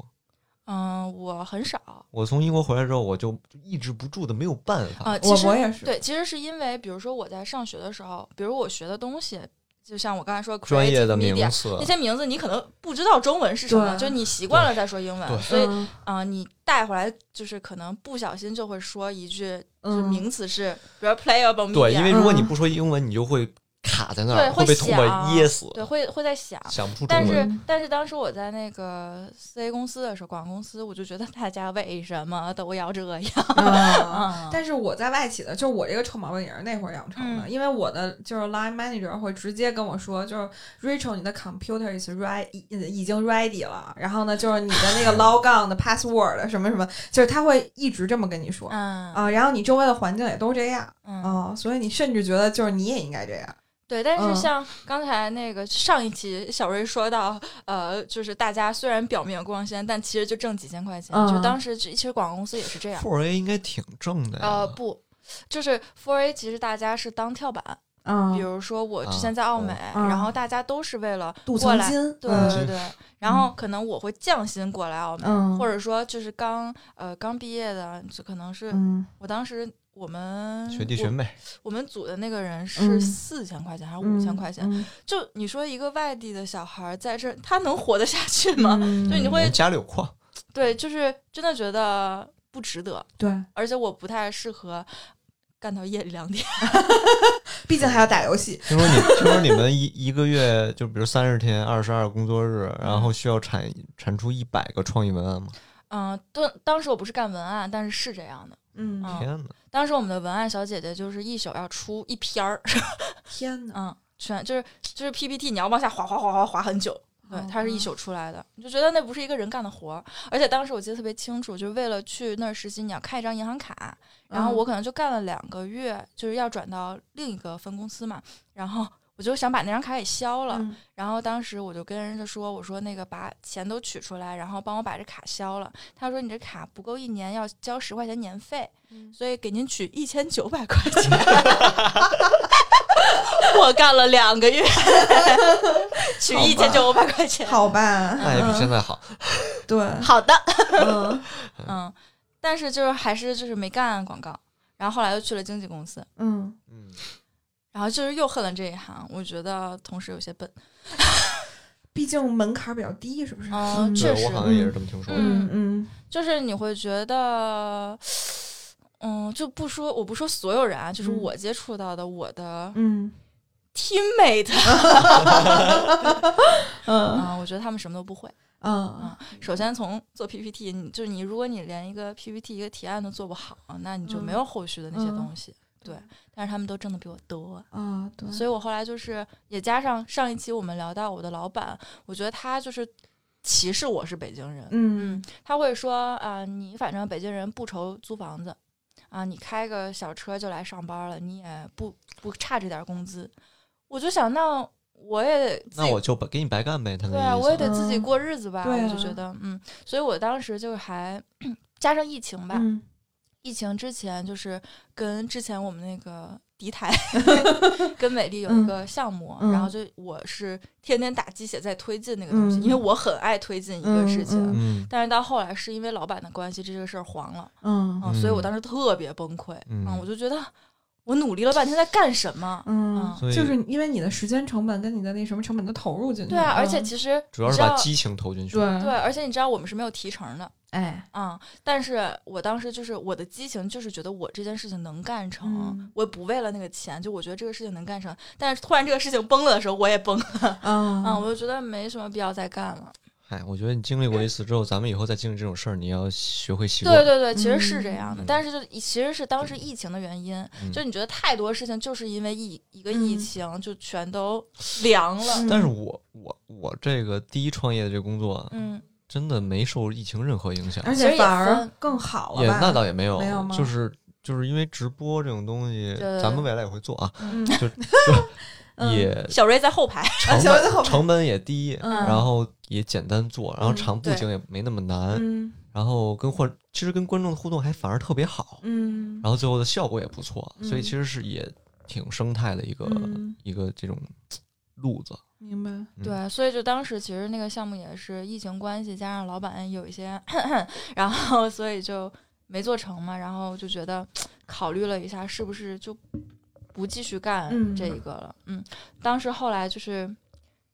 Speaker 1: 嗯，我很少，
Speaker 2: 我从英国回来之后，我就就抑制不住的没有办法。
Speaker 1: 啊，其
Speaker 3: 我
Speaker 1: 实
Speaker 3: 我也是，
Speaker 1: 对，其实是因为，比如说我在上学的时候，比如我学的东西，就像我刚才说
Speaker 2: 专业
Speaker 1: creative
Speaker 2: 的名
Speaker 1: media
Speaker 2: 词
Speaker 1: 那，些名字，你可能不知道中文是什么，
Speaker 3: 对
Speaker 1: 就你习惯了再说英
Speaker 2: 对
Speaker 1: 文，所以
Speaker 3: 嗯
Speaker 1: 啊、你带回来就是可能不小心就会说一句，就是
Speaker 3: 嗯
Speaker 1: 名词是，比如 playable media，
Speaker 2: 对，因为如果你
Speaker 3: 嗯
Speaker 2: 不说英文，你就会卡在那
Speaker 1: 对
Speaker 2: 儿，会被唾沫
Speaker 1: 想
Speaker 2: 噎死，
Speaker 1: 对会会在想。
Speaker 2: 想不出
Speaker 1: 但
Speaker 2: 中
Speaker 1: 是
Speaker 2: 文。
Speaker 1: 但是当时我在那个 C 公司的时候，广告公司，我就觉得大家为什么都要这样？
Speaker 3: 啊。
Speaker 1: 啊？
Speaker 3: 但是我在外企的，就是我这个臭毛病也是那会儿养成的，
Speaker 1: 嗯
Speaker 3: 因为我的就是 line manager 会直接跟我说，就是 Rachel，你的 computer is ready，已经 ready 了，然后呢，就是你的那个 logon 的 password 什么什么，就是他会一直这么跟你说啊、
Speaker 1: 嗯
Speaker 3: 然后你周围的环境也都这样
Speaker 1: 嗯
Speaker 3: 啊、所以你甚至觉得就是你也应该这样，
Speaker 1: 对，但
Speaker 3: 嗯
Speaker 1: 是像刚才那个上一期小瑞说到，呃，就是大家虽然表面光鲜，但其实就挣几千块钱。
Speaker 3: 嗯
Speaker 1: 就当时其实广告公司也是这样。
Speaker 3: 嗯
Speaker 1: 呃
Speaker 2: Four A 应该挺正的呀。
Speaker 1: 呃，不，就是 Four A，其实大家是当跳板，
Speaker 3: 嗯
Speaker 1: 比，如说我之
Speaker 2: 啊
Speaker 1: 前在奥美，
Speaker 3: 嗯
Speaker 1: 然后大家都是为了
Speaker 3: 镀
Speaker 1: 过
Speaker 3: 层
Speaker 1: 来，
Speaker 3: 金，
Speaker 1: 对
Speaker 3: 嗯
Speaker 1: 对对，然后可能我会降薪过来澳门，
Speaker 3: 嗯
Speaker 1: 或者说就是刚呃刚毕业的，就可能是、
Speaker 3: 嗯
Speaker 1: 我当时我们
Speaker 2: 学弟学
Speaker 1: 我
Speaker 2: 妹，
Speaker 1: 我们组的那个人
Speaker 3: 嗯
Speaker 1: 是四千块钱还是五
Speaker 3: 嗯
Speaker 1: 千块钱，
Speaker 3: 嗯
Speaker 1: 就你说一个外地的小孩儿在这儿，他能活得下去吗？
Speaker 3: 嗯
Speaker 1: 就你会
Speaker 2: 人家里有矿，
Speaker 1: 对，就是真的觉得不值得，
Speaker 3: 对，
Speaker 1: 而且我不太适合干到夜里两点。
Speaker 3: 毕竟还要打游 戏，
Speaker 2: 听说你听说你们一一个月就比如三十天二十二工作日，然后需要产产出一百个创意文案吗？
Speaker 1: 嗯，当当时我不是干文案，但是是这样的。
Speaker 3: 嗯
Speaker 1: 嗯
Speaker 2: 天哪！
Speaker 1: 当时我们的文案小姐姐就是一宿要出一篇儿，
Speaker 3: 天哪，
Speaker 1: 嗯，全就是就是 PPT，你要往下滑滑滑滑滑很久。对
Speaker 3: 哦，
Speaker 1: 它是一宿出来的，你就觉得那不是一个人干的活儿。而且当时我记得特别清楚，就是为了去那儿实习，你要开一张银行卡，然后我可能就干了两个月，就是要转到另一个分公司嘛，然后。我就想把那张卡给消了，
Speaker 3: 嗯
Speaker 1: 然后当时我就跟人家说：“我说那个把钱都取出来，然后帮我把这卡消了。”他说：“你这卡不够一年，要交十块钱年费，
Speaker 3: 嗯
Speaker 1: 所以给您取一千九百块钱。” 我干了两个月， 取一千九百块钱。
Speaker 3: 好 吧，
Speaker 2: 那也比现在好。
Speaker 3: 对，
Speaker 1: 好的，
Speaker 3: 嗯
Speaker 1: 嗯，但是就是还是就是没干广告，然后后来又去了经纪公司，
Speaker 3: 嗯，
Speaker 2: 嗯，
Speaker 1: 然后就是又恨了这一行，我觉得同时有些笨。
Speaker 3: 毕竟门槛儿比较低，是不是？
Speaker 1: 哦
Speaker 3: 嗯
Speaker 1: 确
Speaker 2: 对
Speaker 1: 实
Speaker 2: 我好像也是这么听说的。
Speaker 3: 嗯嗯
Speaker 1: 就是你会觉得，嗯，就不说我不说所有人啊，就是
Speaker 3: 嗯
Speaker 1: 我接触到的我的
Speaker 3: 嗯
Speaker 1: teammate
Speaker 3: 嗯
Speaker 1: 啊、我觉得他们什么都不会。
Speaker 3: 嗯
Speaker 1: 首先从做 PPT，你就你如果你连一个 PPT 一个提案都做不好，那你就
Speaker 3: 嗯
Speaker 1: 没有后续的那些东西。对，但是他们都挣的比我多。
Speaker 3: 啊，对，
Speaker 1: 所以我后来就是也加上上一期我们聊到我的老板，我觉得他就是歧视我是北京人，
Speaker 3: 嗯
Speaker 1: 他会说啊、你反正北京人不愁租房子，啊，你开个小车就来上班了，你也不不差这点工资。我就想，那我也得自
Speaker 2: 那
Speaker 1: 己
Speaker 2: 我就白给你白干呗，他
Speaker 1: 对
Speaker 2: 那
Speaker 1: 啊，
Speaker 2: 意
Speaker 1: 我也
Speaker 2: 思。
Speaker 1: 得自己
Speaker 3: 嗯
Speaker 1: 过日子吧。
Speaker 3: 对
Speaker 1: 我就
Speaker 3: 啊
Speaker 1: 觉得，嗯，所以我当时就是还加上疫情吧，
Speaker 3: 嗯
Speaker 1: 疫情之前就是跟之前我们那个敌台 跟美丽有一个项目，
Speaker 3: 嗯
Speaker 1: 然后就我是天天打鸡血在推进那个东西，
Speaker 3: 嗯
Speaker 1: 因为我很爱推进一个事情。
Speaker 3: 嗯
Speaker 2: 嗯
Speaker 1: 但是到后来是因为老板的关系，这个事儿黄了，
Speaker 3: 嗯
Speaker 1: 嗯，所以我
Speaker 2: 嗯
Speaker 1: 当时特别崩溃，啊
Speaker 2: 嗯
Speaker 1: 我就觉得我努力了半天在干什么？
Speaker 3: 嗯，
Speaker 2: 所以
Speaker 3: 就是因为你的时间成本跟你的那什么成本都投入进去
Speaker 1: 对
Speaker 3: 了，
Speaker 1: 啊，而且
Speaker 3: 嗯
Speaker 1: 其实
Speaker 2: 主要
Speaker 1: 你
Speaker 2: 是
Speaker 1: 知
Speaker 2: 把
Speaker 1: 道
Speaker 2: 激情投进去。
Speaker 3: 对
Speaker 1: 对，，而且你知道我们是没有提成的，
Speaker 3: 哎，
Speaker 1: 啊、但是我当时就是我的激情，就是觉得我这件事情能干成，
Speaker 3: 嗯
Speaker 1: 我也不为了那个钱，就我觉得这个事情能干成。但是突然这个事情崩了的时候，我也崩了，啊、
Speaker 2: 嗯
Speaker 3: 啊
Speaker 1: 我就觉得没什么必要再干了。
Speaker 2: 哎，我觉得你经历过一次之后，咱们以后再经历这种事儿，你要学会习惯。
Speaker 1: 对对对，其实是这样的，
Speaker 2: 嗯
Speaker 1: 但是就其实是当时疫情的原因，
Speaker 2: 嗯
Speaker 1: 就你觉得太多事情就是因为疫一个疫
Speaker 3: 嗯
Speaker 1: 情就全都凉了，
Speaker 2: 但是我我我这个第一创业的这个工作啊，
Speaker 1: 嗯
Speaker 2: 真的没受疫情任何影响，
Speaker 3: 而
Speaker 1: 其实
Speaker 3: 且
Speaker 1: 也
Speaker 3: 反而
Speaker 1: 分
Speaker 3: 更好
Speaker 2: 也
Speaker 3: 了吧？
Speaker 2: 那倒也没有，
Speaker 3: 哎没有吗
Speaker 2: 就是就是因为直播这种东西
Speaker 1: 对，
Speaker 2: 咱们未来也会做 啊，
Speaker 1: 嗯，
Speaker 2: 就
Speaker 3: 嗯
Speaker 2: 也
Speaker 1: 小瑞在后排，
Speaker 2: 成
Speaker 3: 小薇在后
Speaker 2: 本
Speaker 3: 面
Speaker 2: 成本也低，
Speaker 3: 嗯
Speaker 2: 然后也简单做，然后
Speaker 3: 嗯
Speaker 2: 长布
Speaker 1: 对
Speaker 2: 景也没那么难，
Speaker 3: 嗯
Speaker 2: 然后跟观其实跟观众的互动还反而特别好，
Speaker 3: 嗯
Speaker 2: 然后最后的效果也不错，所以
Speaker 3: 嗯
Speaker 2: 其实是也挺生态的一个
Speaker 3: 嗯
Speaker 2: 一个这种路子。
Speaker 3: 明 白，
Speaker 2: 嗯
Speaker 1: 对，所以就当时其实那个项目也是疫情关系，加上老板有一些， 然后所以就没做成嘛。然后就觉得考虑了一下，是不是就不继续干
Speaker 3: 嗯
Speaker 1: 这一个了？嗯当时后来就是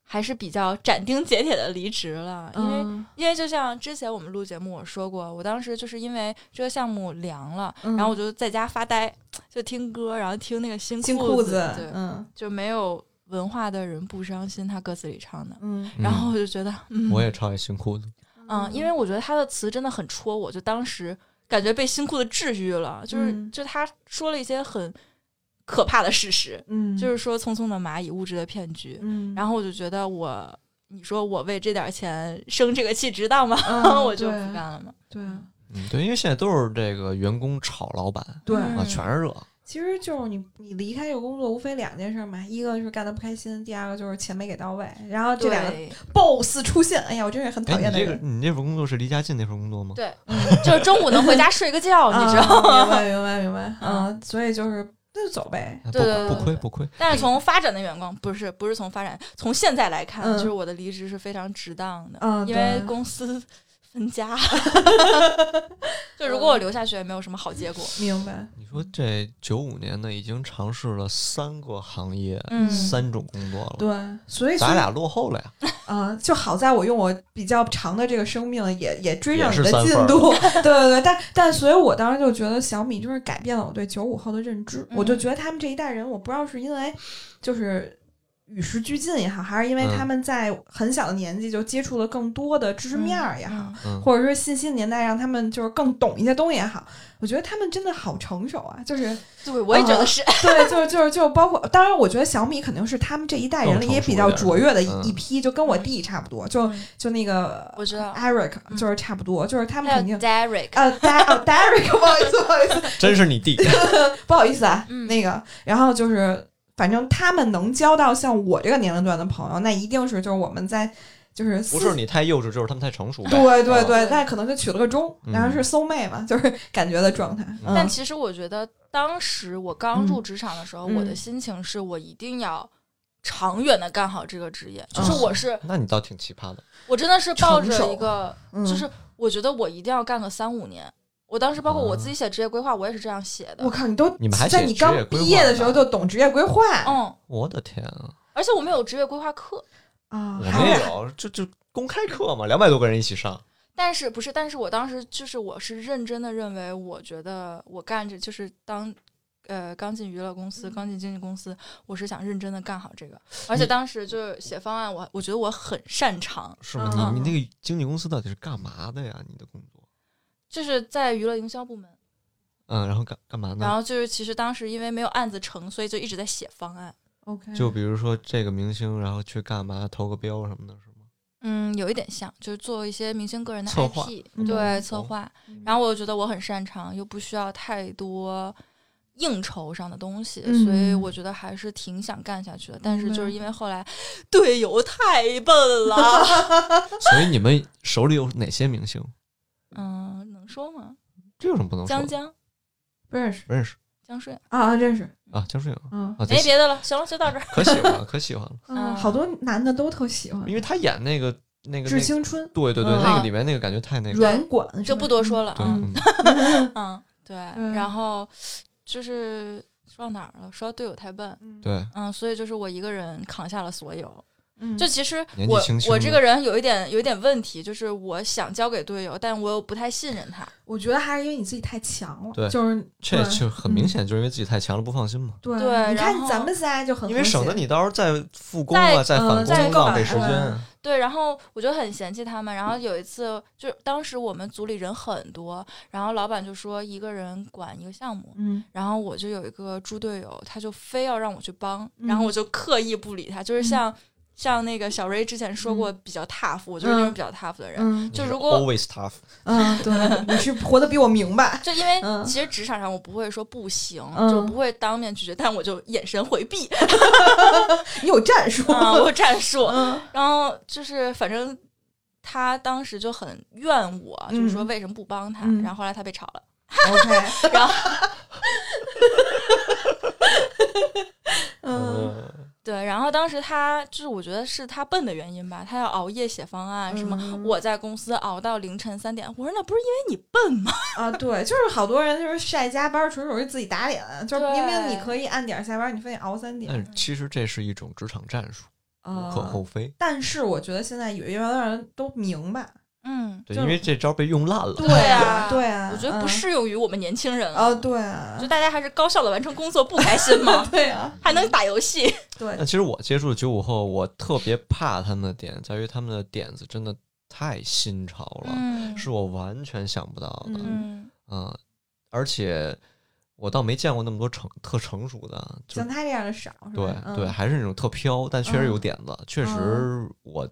Speaker 1: 还是比较斩钉截铁的离职了，因为、
Speaker 3: 嗯
Speaker 1: 因为就像之前我们录节目我说过，我当时就是因为这个项目凉了，
Speaker 3: 嗯
Speaker 1: 然后我就在家发呆，就听歌，然后听那个新
Speaker 3: 金
Speaker 1: 裤
Speaker 3: 裤子，
Speaker 1: 对，
Speaker 3: 嗯
Speaker 1: 就没有文化的人不伤心，他歌词里唱的。
Speaker 3: 嗯
Speaker 1: 然
Speaker 2: 嗯
Speaker 1: 后我就觉得，嗯，
Speaker 2: 我也超爱新裤子，
Speaker 1: 嗯，因为我觉得他的词真的很戳我，就当时感觉被新裤子治愈了，就是、
Speaker 3: 嗯
Speaker 1: 就他说了一些很可怕的事实，
Speaker 3: 嗯
Speaker 1: 就是说匆匆的蚂蚁，物质的骗局。
Speaker 3: 嗯，
Speaker 1: 然后我就觉得我，你说我为这点钱生这个气值当吗？
Speaker 3: 嗯
Speaker 1: 我就不
Speaker 3: 对
Speaker 1: 干了嘛。
Speaker 3: 对
Speaker 2: 嗯，对，因为现在都是这个员工炒老板
Speaker 3: 对，
Speaker 1: 嗯
Speaker 2: 啊，全是这，
Speaker 3: 其实就是你你离开这个工作，无非两件事嘛，一个就是干的不开心，第二个就是钱没给到位。然后这两 个
Speaker 1: 对
Speaker 3: BOSS 出现，哎呀，我真是很讨
Speaker 2: 哎，
Speaker 3: 厌
Speaker 2: 你
Speaker 3: 的
Speaker 2: 这个
Speaker 3: 人。
Speaker 2: 你这份工作是离家近那份工作吗？
Speaker 1: 哦
Speaker 3: 嗯
Speaker 1: 对，就是中午能回家睡个觉，你知道吗？
Speaker 3: 啊 道？明白明白明白。
Speaker 1: 嗯
Speaker 3: 嗯，所以就是。那就走呗。
Speaker 2: 不
Speaker 1: 对对
Speaker 2: 不
Speaker 1: 对
Speaker 2: 亏不亏。
Speaker 1: 但是从发展的眼光，不是不是从发展，从现在来看，
Speaker 3: 嗯
Speaker 1: 就是我的离职是非常值当的，
Speaker 3: 嗯
Speaker 1: 因为
Speaker 3: 对
Speaker 1: 公司分 家，就如果我留下去也没有什么好结果。
Speaker 3: 明白，
Speaker 2: 你说这九五年的已经尝试了三个行业，
Speaker 1: 嗯，
Speaker 2: 三种工作了，
Speaker 3: 对，所以
Speaker 2: 咱
Speaker 3: 说
Speaker 2: 俩落后了呀。
Speaker 3: 啊、就好在我用我比较长的这个生命也也追上
Speaker 2: 也
Speaker 3: 你
Speaker 2: 是
Speaker 3: 的
Speaker 2: 三
Speaker 3: 进
Speaker 2: 份儿
Speaker 3: 度，对对对，但但所以，我当时就觉得小米就是改变了我对九五后的认知，我就
Speaker 1: 嗯
Speaker 3: 觉得他们这一代人，我不知道是因为就是与时俱进也好，还是因为
Speaker 2: 嗯
Speaker 3: 他们在很小的年纪就接触了更多的知识面儿也好，
Speaker 1: 嗯
Speaker 2: 嗯，
Speaker 3: 或者说信息的年代让他们就是更懂一些东西也好，我觉得他们真的好成熟啊，就是
Speaker 1: 对，我也觉得是。
Speaker 3: 对，就是就是就是包括，当然我觉得小米肯定是他们这一代人
Speaker 2: 更
Speaker 3: 里
Speaker 2: 成
Speaker 3: 也
Speaker 2: 熟
Speaker 3: 比
Speaker 2: 一
Speaker 3: 较
Speaker 2: 点儿
Speaker 3: 卓越的一
Speaker 2: 嗯
Speaker 3: 一批，就跟我弟差不多，就就那个
Speaker 1: 我知道
Speaker 3: Eric
Speaker 1: 嗯
Speaker 3: 就是差不多，就是他们
Speaker 1: 还有
Speaker 3: 肯定。
Speaker 1: Derek，
Speaker 3: 呃 d e 哦，Derek，不好意思，不好意思，
Speaker 2: 真是你弟。
Speaker 3: 不好意思 啊，
Speaker 1: 嗯
Speaker 3: 那个，然后就是，反正他们能交到像我这个年龄段的朋友，那一定是就是我们在就是
Speaker 2: 不
Speaker 3: 思
Speaker 2: 是你太幼稚，就是他们太成熟呗。
Speaker 3: 对对
Speaker 2: 啊
Speaker 3: 对，那可能就取了个中，
Speaker 2: 嗯
Speaker 3: 然后是搜妹嘛，就是感觉的状态。嗯
Speaker 1: 但其实我觉得当时我刚入职场的时候，
Speaker 3: 嗯
Speaker 1: 我的心情是我一定要。长远的干好这个职业，就是
Speaker 3: 嗯
Speaker 1: 我是、
Speaker 2: 啊那你倒挺奇葩的。
Speaker 1: 我真的是抱
Speaker 3: 成
Speaker 1: 着
Speaker 3: 熟
Speaker 1: 一个，
Speaker 3: 嗯
Speaker 1: 就是我觉得我一定要干个三五年。我当时包括我
Speaker 2: 啊
Speaker 1: 自己写职业规划，我也是这样写
Speaker 3: 嗯我
Speaker 1: 的。
Speaker 3: 靠，你都
Speaker 2: 你们还
Speaker 3: 在
Speaker 2: 写
Speaker 3: 你
Speaker 2: 职业
Speaker 3: 刚
Speaker 2: 规
Speaker 3: 毕
Speaker 2: 划
Speaker 3: 业的时候
Speaker 2: 呢
Speaker 3: 就懂职业规划
Speaker 1: 嗯，
Speaker 2: 我的天啊！
Speaker 1: 而且我们有职业规划课，
Speaker 3: 啊
Speaker 2: 我？
Speaker 3: 还
Speaker 2: 们
Speaker 3: 有
Speaker 2: 也有，就就公开课嘛，两百多个人一起上。
Speaker 1: 但是不是？但是我当时就是我是认真的认为，我觉得我干着就是当。呃，刚进娱乐公司，刚进经纪公司，我是想认真的干好这个，而且
Speaker 2: 你
Speaker 1: 当时就是写方案，我我觉得我很擅长，
Speaker 2: 是
Speaker 3: 吗
Speaker 2: 吗？你
Speaker 3: 嗯
Speaker 2: 你那个经纪公司到底是干嘛的呀？你的工作？
Speaker 1: 就是在娱乐营销部门，
Speaker 2: 嗯，然后干干嘛
Speaker 1: 然
Speaker 2: 呢？
Speaker 1: 后就是其实当时因为没有案子成，所以就一直在写方案，嗯
Speaker 3: OK，
Speaker 2: 就比如说这个明星，然后去干嘛，投个标什么的，是吗？
Speaker 1: 嗯，有一点像，就是做一些明星个人的
Speaker 2: 策划
Speaker 1: IP，
Speaker 3: 嗯
Speaker 1: 对
Speaker 2: 哦
Speaker 1: 策划
Speaker 3: 嗯。
Speaker 1: 然后我又觉得我很擅长，又不需要太多应酬上的东西，
Speaker 3: 嗯
Speaker 1: 所以我觉得还是挺想干下去的。但是
Speaker 3: 明白
Speaker 1: 就是因为后来队友太笨 了，
Speaker 2: 所以你们手里有哪些明星？
Speaker 1: 嗯，能说吗？
Speaker 2: 这有什么不能说的？
Speaker 1: 江江、
Speaker 3: 不认识
Speaker 2: 不认识
Speaker 1: 江顺，
Speaker 3: 啊啊，认识，
Speaker 2: 啊，江疏影
Speaker 3: 嗯
Speaker 2: 啊，
Speaker 1: 没
Speaker 2: 对，
Speaker 1: 别的了，行了，就到这儿。
Speaker 2: 可喜 欢了，可喜欢了，
Speaker 3: 嗯，好多男的都特喜欢
Speaker 2: 因为他演那个那
Speaker 3: 《
Speaker 2: 个
Speaker 3: 致
Speaker 2: 那个，
Speaker 3: 青春》
Speaker 2: 对对对，
Speaker 3: 嗯
Speaker 2: 那个里面那个感觉太那个，
Speaker 3: 软管是
Speaker 1: 就
Speaker 3: 吧
Speaker 1: 不多说了
Speaker 2: 对，
Speaker 1: 嗯
Speaker 2: 嗯
Speaker 1: 嗯，对。
Speaker 3: 嗯
Speaker 1: 然后就是说到哪儿了？说到队友太笨，
Speaker 3: 嗯，
Speaker 2: 对，
Speaker 1: 嗯，所以就是我一个人扛下了所有。
Speaker 3: 嗯
Speaker 1: 就其实
Speaker 2: 年纪
Speaker 1: 我
Speaker 2: 轻轻
Speaker 1: 我
Speaker 2: 的
Speaker 1: 这个人有一点有一点问题，就是我想交给队友，但我又不太信任他。
Speaker 3: 我觉得还是因为你自己太强了，
Speaker 2: 对
Speaker 3: 就是
Speaker 2: 这
Speaker 3: 对
Speaker 2: 就很明显，就是因为自己太强了，不放心嘛。
Speaker 3: 对
Speaker 1: 对
Speaker 3: 你
Speaker 1: 然
Speaker 3: 看
Speaker 1: 后
Speaker 3: 咱们仨就很
Speaker 1: 嗯
Speaker 2: 因为省得
Speaker 3: 和谐
Speaker 2: 你到时候再复工啊，再
Speaker 3: 再
Speaker 2: 返
Speaker 1: 再
Speaker 2: 工浪费
Speaker 1: 搞
Speaker 2: 时间啊。
Speaker 1: 对，然后我就很嫌弃他们。然后有一次，就当时我们组里人很多，然后老板就说一个人管一个项目，
Speaker 3: 嗯
Speaker 1: 然后我就有一个猪队友，他就非要让我去帮，
Speaker 3: 嗯
Speaker 1: 然后我就刻意不理他，就是像、像那个小瑞之前说过比较 tough，、我就是那种比较 tough 的人。
Speaker 3: 嗯
Speaker 1: 就
Speaker 2: 你是
Speaker 1: 如果
Speaker 2: always tough，
Speaker 3: 嗯，对，你是活得比我明白，
Speaker 1: 就因为
Speaker 3: 嗯
Speaker 1: 其实职场上我不会说不行，
Speaker 3: 嗯
Speaker 1: 就不会当面拒绝，但我就眼神回 避，
Speaker 3: 你有战术，
Speaker 1: 啊，我有战术。
Speaker 3: 嗯
Speaker 1: 然后就是反正他当时就很怨我，
Speaker 3: 嗯
Speaker 1: 就是说为什么不帮他。
Speaker 3: 嗯
Speaker 1: 然后后来他被炒了，
Speaker 3: ，OK，
Speaker 1: 然后
Speaker 3: 嗯
Speaker 2: 嗯，
Speaker 1: 对，然后当时他就是我觉得是他笨的原因吧，他要熬夜写方案什么。
Speaker 3: 嗯
Speaker 1: 我在公司熬到凌晨三点，我说那不是因为你笨吗？
Speaker 3: 啊，对，就是好多人就是晒加班，纯属是自己打脸，就是明明你
Speaker 1: 对
Speaker 3: 可以按点儿下班，你非得熬三点
Speaker 2: 但，是其实这是一种职场战术，无可
Speaker 1: 嗯
Speaker 3: 啊。
Speaker 2: 厚非。
Speaker 3: 但是我觉得现在有一半的人都明白，
Speaker 1: 嗯，
Speaker 2: 对，
Speaker 3: 就
Speaker 2: 因为这招被用烂 了。
Speaker 1: 啊
Speaker 3: 啊，对啊，
Speaker 1: 我觉得不
Speaker 3: 嗯
Speaker 1: 适用于我们年轻人
Speaker 3: 啊，对啊？
Speaker 1: 就，大家还是高效的完成工作，不开心吗
Speaker 3: 对啊，
Speaker 1: 还能打游戏？
Speaker 3: 对
Speaker 2: 呃那，其实我接触九五后，我特别怕他们的点在于他们的点子真的太新潮了，
Speaker 1: 嗯
Speaker 2: 是我完全想不到的。
Speaker 3: 嗯
Speaker 2: 嗯，而且我倒没见过那么多成特成熟的，就
Speaker 3: 像他这样的少，是
Speaker 2: 对
Speaker 3: 吧？嗯
Speaker 2: 对，还是那种特飘，但确实有
Speaker 3: 嗯
Speaker 2: 点子，确实我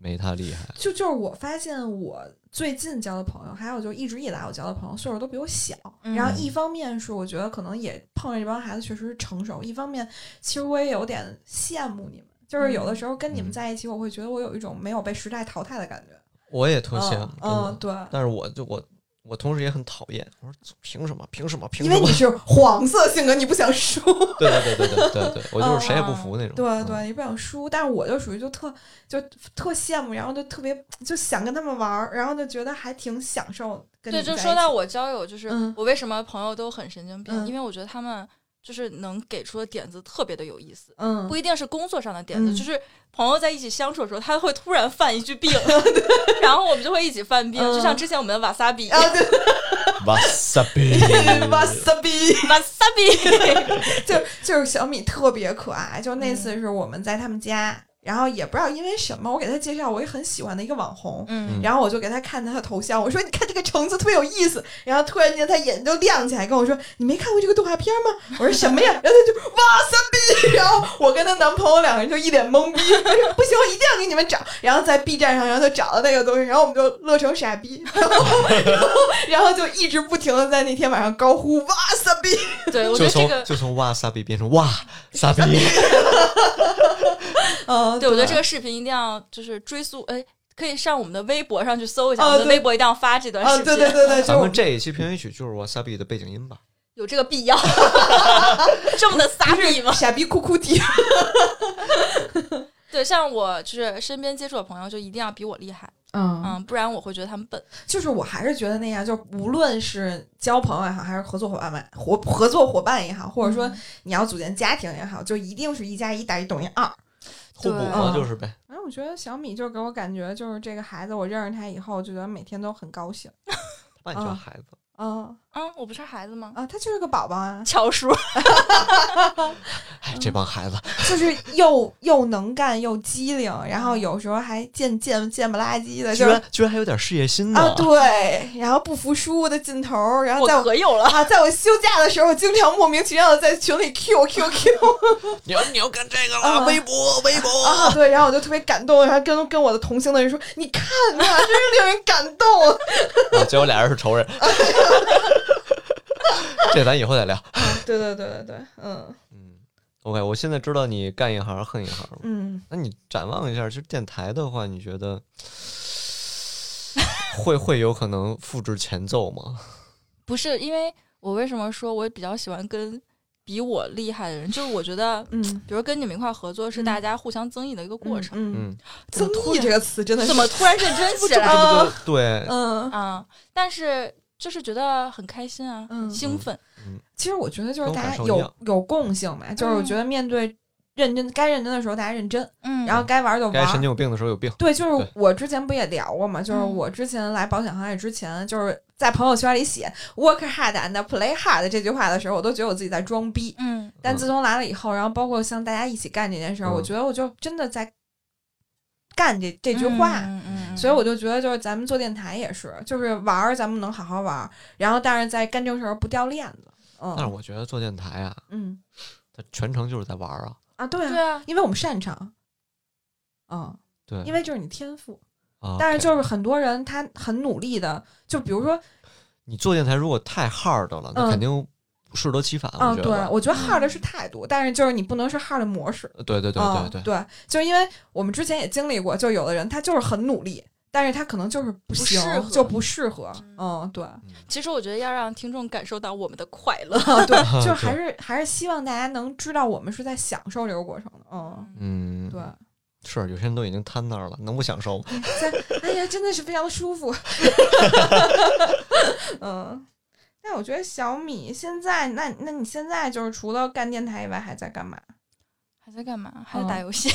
Speaker 2: 没他厉害。
Speaker 3: 就就是我发现我最近交的朋友，还有就一直以来我交的朋友，岁数都比我小。
Speaker 1: 嗯
Speaker 3: 然后一方面是我觉得可能也碰上这帮孩子确实是成熟，一方面其实我也有点羡慕你们，就是有的时候跟你们
Speaker 2: 嗯
Speaker 3: 在一起，我会觉得我有一种没有被时代淘汰的感觉。
Speaker 2: 我也特羡慕
Speaker 3: 嗯，
Speaker 2: 真的
Speaker 3: 嗯，对，
Speaker 2: 但是我就我我同时也很讨厌。我说凭什么？凭什么？凭
Speaker 3: 因
Speaker 2: 什
Speaker 3: 为
Speaker 2: 么
Speaker 3: 你？是黄色性格，你不想输。
Speaker 2: 对对对对对对对，我就是谁也不服那种。
Speaker 3: 对
Speaker 2: 嗯，
Speaker 3: 对，你不想输，但我就属于就特就特羡慕，然后就特别就想跟他们玩儿，然后就觉得还挺享受跟
Speaker 1: 对，
Speaker 3: 你们在
Speaker 1: 就
Speaker 3: 一起。
Speaker 1: 说到我交友，就是
Speaker 3: 嗯
Speaker 1: 我为什么朋友都很神经病，
Speaker 3: 嗯
Speaker 1: 因为我觉得他们就是能给出的点子特别的有意思，
Speaker 3: 嗯
Speaker 1: 不，一定是工作上的点子，
Speaker 3: 嗯
Speaker 1: 就是朋友在一起相处的时候，他会突然犯一句 病，然后我们就会一起犯病，
Speaker 3: 嗯
Speaker 1: 就像之前我们的瓦萨比，
Speaker 3: 然后 就
Speaker 2: 哇塞比
Speaker 3: 哇塞逼，
Speaker 1: 瓦萨 比，
Speaker 3: 就就是小米特别可爱。就那次
Speaker 1: 嗯
Speaker 3: 是我们在他们家，然后也不知道因为什么，我给他介绍我也很喜欢的一个网红，
Speaker 1: 嗯，
Speaker 3: 然后我就给他看他的头像，我说你看这个橙子特别有意思。然后突然间他眼睛就亮起来，跟我说你没看过这个动画片吗？我说什么呀？然后他就哇三逼，然后我跟她男朋友两个人就一脸懵逼，他说不行，我一定要给你们找。然后在 B 站上，然后就找了那个东西，然后我们就乐成傻逼，然后然后就一直不停的在那天晚上高呼哇三逼。
Speaker 1: 对，我觉得
Speaker 2: 就
Speaker 1: 这
Speaker 2: 从
Speaker 1: 个，
Speaker 2: 就从哇萨比变成哇萨比，
Speaker 3: 嗯，
Speaker 1: 哦对我觉得这个视频一定要就是追溯，哎，可以上我们的微博上去搜一下，
Speaker 3: 啊
Speaker 1: 我们的
Speaker 3: 对
Speaker 1: 微博一定要发这段
Speaker 3: 啊，
Speaker 1: 视频，
Speaker 3: 对对对对， 就是
Speaker 2: 咱
Speaker 3: 我
Speaker 2: 们这一期片尾曲就是哇萨比的背景音吧？
Speaker 1: 有这个必 要，这 么的撒逼吗？
Speaker 3: 傻逼哭哭啼。
Speaker 1: 对，像我就是身边接触的朋友，就一定要比我厉害，
Speaker 3: 嗯，
Speaker 1: 嗯，不然我会觉得他们笨。
Speaker 3: 就是我还是觉得那样，就是无论是交朋友也好，还是合作伙伴们合合作伙伴也好，或者说
Speaker 1: 嗯
Speaker 3: 你要组建家庭也好，就一定是一加一大于等于二。
Speaker 2: 互补
Speaker 1: 对
Speaker 2: 嘛，就是呗。
Speaker 3: 反哎正我觉得小米就是给我感觉，就是这个孩子，我认识他以后，就觉得每天都很高兴。
Speaker 2: 把你叫孩子，
Speaker 3: 嗯
Speaker 1: 嗯，我不是孩子吗？
Speaker 3: 啊，他就是个宝宝 啊，
Speaker 1: 乔叔，
Speaker 2: 哎，这帮孩子，
Speaker 3: 就是又又能干又机灵，然后有时候还贱贱贱不拉几的，
Speaker 2: 居
Speaker 3: 就是
Speaker 2: 然居然还有点事业心呢
Speaker 3: 啊。对，然后不服输的劲头儿，然后
Speaker 1: 我
Speaker 3: 在我
Speaker 1: 可有了。
Speaker 3: 啊，在我休假的时候，经常莫名其妙的在群里 Q Q Q
Speaker 2: 你要你要干这个
Speaker 3: 啊
Speaker 2: 了，微博微博
Speaker 3: 啊，对，然后我就特别感动，然后跟跟我的同行的人说：“你看啊，真是令人感动。
Speaker 2: 啊，结果俩人是仇人。 这咱以后再聊。
Speaker 3: 对”对对对对，嗯
Speaker 2: 嗯，OK，我现在知道你干一行恨一行了。
Speaker 3: 嗯，
Speaker 2: 那你展望一下，就是电台的话，你觉得会会有可能复制前奏吗？
Speaker 1: 不是，因为我为什么说我比较喜欢跟比我厉害的人，就是我觉得，
Speaker 3: 嗯
Speaker 1: 比如跟你们一块儿合作是
Speaker 3: 嗯
Speaker 1: 大家互相增益的一个过程。
Speaker 3: 嗯，
Speaker 2: 嗯，
Speaker 1: 怎
Speaker 3: 增
Speaker 1: 么突
Speaker 3: 益
Speaker 1: 然
Speaker 3: 这个词真的是
Speaker 1: 怎么突然认真起来
Speaker 3: 啊
Speaker 1: 了？
Speaker 2: 这不就对，
Speaker 3: 嗯。
Speaker 1: 啊、但是就是觉得很开心啊，
Speaker 3: 嗯
Speaker 1: 很兴奋。
Speaker 3: 其实我觉得就
Speaker 2: 跟
Speaker 3: 是
Speaker 2: 我
Speaker 3: 大
Speaker 2: 感
Speaker 3: 家
Speaker 2: 受一
Speaker 3: 有
Speaker 2: 样
Speaker 3: 有共性嘛，就是我觉得面对认真该认真的时候大家认真，
Speaker 1: 嗯，
Speaker 3: 然后该玩儿就玩
Speaker 2: 该
Speaker 3: 儿
Speaker 2: 神。经有病的时候有病。
Speaker 3: 对，就是
Speaker 2: 对
Speaker 3: 我之前不也聊过嘛，就是
Speaker 1: 嗯
Speaker 3: 我之前来保险行业之前，就是在朋友圈里写 “work hard and play hard” 这句话的时候，我都觉得我自己在装逼。
Speaker 1: 嗯
Speaker 3: 但
Speaker 2: 嗯
Speaker 3: 自从来了以后，然后包括像大家一起干这件事儿，我
Speaker 2: 嗯
Speaker 3: 觉得我就真的在干这这句话。
Speaker 1: 嗯嗯嗯
Speaker 3: 所以我就觉得，就是咱们做电台也是，就是玩儿，咱们能好好玩儿，然后但是在干正事儿不掉链子。
Speaker 2: 但是
Speaker 3: 嗯
Speaker 2: 我觉得做电台啊，
Speaker 3: 嗯
Speaker 2: 它全程就是在玩儿啊。
Speaker 3: 啊，对啊，
Speaker 1: 对啊，
Speaker 3: 因为我们擅长，嗯，
Speaker 2: 对，
Speaker 3: 因为这是你天赋。
Speaker 2: 啊，
Speaker 3: 但是
Speaker 2: OK
Speaker 3: 就是很多人他很努力的，就比如说，
Speaker 2: 你做电台如果太 hard 了，
Speaker 3: 嗯
Speaker 2: 那肯定适得其反。我
Speaker 3: 嗯，
Speaker 2: 觉
Speaker 3: 对
Speaker 2: 得，
Speaker 3: 我觉得 hard 是态度，但是就是你不能是 hard 的模式。
Speaker 2: 呃对对对
Speaker 3: 嗯
Speaker 2: 对对，
Speaker 3: 对，就是因为我们之前也经历过，就有的人他就是很努力，但是他可能就是不行，
Speaker 1: 适合
Speaker 3: 就不适合。
Speaker 1: 嗯
Speaker 3: 嗯，对，
Speaker 1: 其实我觉得要让听众感受到我们的快乐。
Speaker 3: 啊，对，就
Speaker 2: 对
Speaker 3: 是还是还是希望大家能知道我们是在享受这个过程的。嗯，
Speaker 2: 嗯，
Speaker 3: 对，，
Speaker 2: 是有些人都已经瘫那儿了，能不享受吗？
Speaker 3: 在哎呀，真的是非常舒服。嗯，那我觉得小米现在，那那你现在就是除了干电台以外，还在干嘛？
Speaker 1: 还在干嘛？还在打游戏？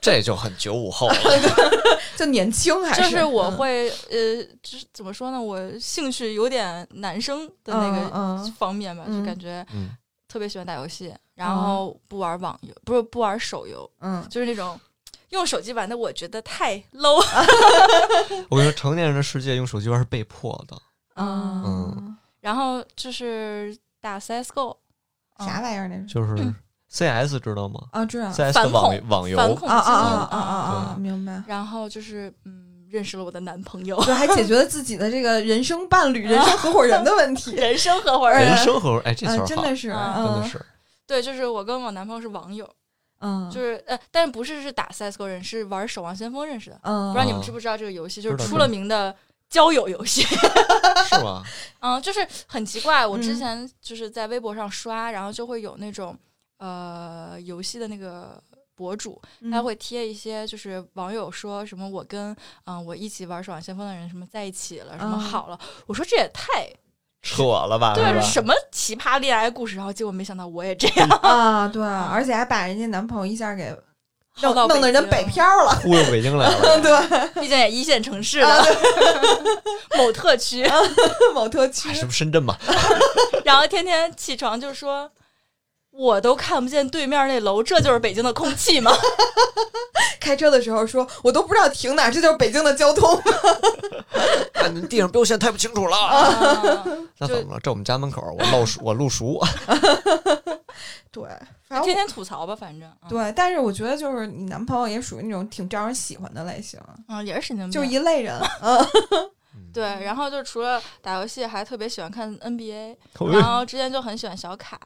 Speaker 2: 这就很九五后了。
Speaker 3: 就年轻还？
Speaker 1: 就是
Speaker 3: 嗯
Speaker 1: 是我会、呃，就是怎么说呢？我兴趣有点男生的那个
Speaker 3: 嗯嗯
Speaker 1: 方面吧，
Speaker 3: 嗯
Speaker 1: 就感觉
Speaker 2: 嗯，
Speaker 1: 特别喜欢打游戏，然
Speaker 3: 哦
Speaker 1: 后不玩网游，不是不玩手游，
Speaker 3: 嗯，
Speaker 1: 就是那种用手机玩的，我觉得太 low。
Speaker 2: 我跟你说，成年人的世界用手机玩是被迫的。
Speaker 3: 嗯
Speaker 2: 嗯
Speaker 1: 然后就是打 CS:GO，嗯
Speaker 3: 啥玩意儿那是？
Speaker 2: 就是 CS 知道吗
Speaker 3: 啊，知道。
Speaker 2: ？CS
Speaker 1: 反
Speaker 2: 的
Speaker 1: 恐
Speaker 2: 网网游
Speaker 1: 反恐
Speaker 3: 啊啊啊
Speaker 1: 精英
Speaker 3: 啊啊啊！
Speaker 2: 对
Speaker 3: 明白。
Speaker 1: 然后就是嗯，认识了我的男朋友，
Speaker 3: 就还解决了自己的这个人生伴侣、人生合伙人的问题。
Speaker 1: 人生合伙人。
Speaker 2: 人生和哎，这词
Speaker 3: 啊，
Speaker 2: 儿
Speaker 3: 真
Speaker 2: 好，
Speaker 3: 的是，
Speaker 1: 啊
Speaker 2: 真的
Speaker 3: 嗯
Speaker 2: 是
Speaker 1: 对，就是我跟我男朋友是网友，
Speaker 3: 嗯，
Speaker 1: 就是是呃，但不是是打 CS:GO 认识，是玩《守望先锋》认识的。
Speaker 3: 嗯，
Speaker 1: 哦不知道你们知不知道这个游戏，就是
Speaker 2: 知道
Speaker 1: 出了名的交友游戏。
Speaker 2: 是 吗？
Speaker 1: 嗯，就是很奇怪，我之
Speaker 3: 嗯
Speaker 1: 前就是在微博上刷，然后就会有那种呃游戏的那个博主，
Speaker 3: 嗯
Speaker 1: 他会贴一些就是网友说什么我跟嗯、我一起玩《守望先锋》的人什么在一起了，什么
Speaker 3: 嗯
Speaker 1: 好了，我说这也太
Speaker 2: 扯了吧？
Speaker 1: 对
Speaker 2: 是
Speaker 1: 啊，
Speaker 2: 吧
Speaker 1: 这什么奇葩恋爱故事，然后结果没想到我也这样，
Speaker 3: 啊，对，而且还把人家男朋友一下给
Speaker 1: 弄
Speaker 3: 弄弄得人家北漂了，
Speaker 2: 忽悠北京来了？
Speaker 3: 对，
Speaker 1: 毕竟也一线城市
Speaker 3: 嗯
Speaker 1: 的某特区，
Speaker 3: 某特区
Speaker 2: 哎，什么深圳吧？
Speaker 1: 然后天天起床就说。我都看不见对面那楼，这就是北京的空气吗？
Speaker 3: 开车的时候说，我都不知道停哪儿，这就是北京的交通。
Speaker 2: 啊你地上标线太不清楚
Speaker 3: 嗯
Speaker 2: 了。
Speaker 1: 啊
Speaker 2: 那怎么了？这我们家门口， 我路熟，我路熟。
Speaker 3: 对，反
Speaker 1: 天
Speaker 3: 正我
Speaker 1: 天吐槽吧，反正嗯
Speaker 3: 对，但是我觉得就是你男朋友也属于那种挺招人喜欢的类型，
Speaker 1: 嗯也是神经病，
Speaker 3: 就是一类 人。嗯，
Speaker 1: 对。然后就除了打游戏，还特别喜欢看 NBA，
Speaker 2: 我
Speaker 1: 然后之前就很喜欢小卡，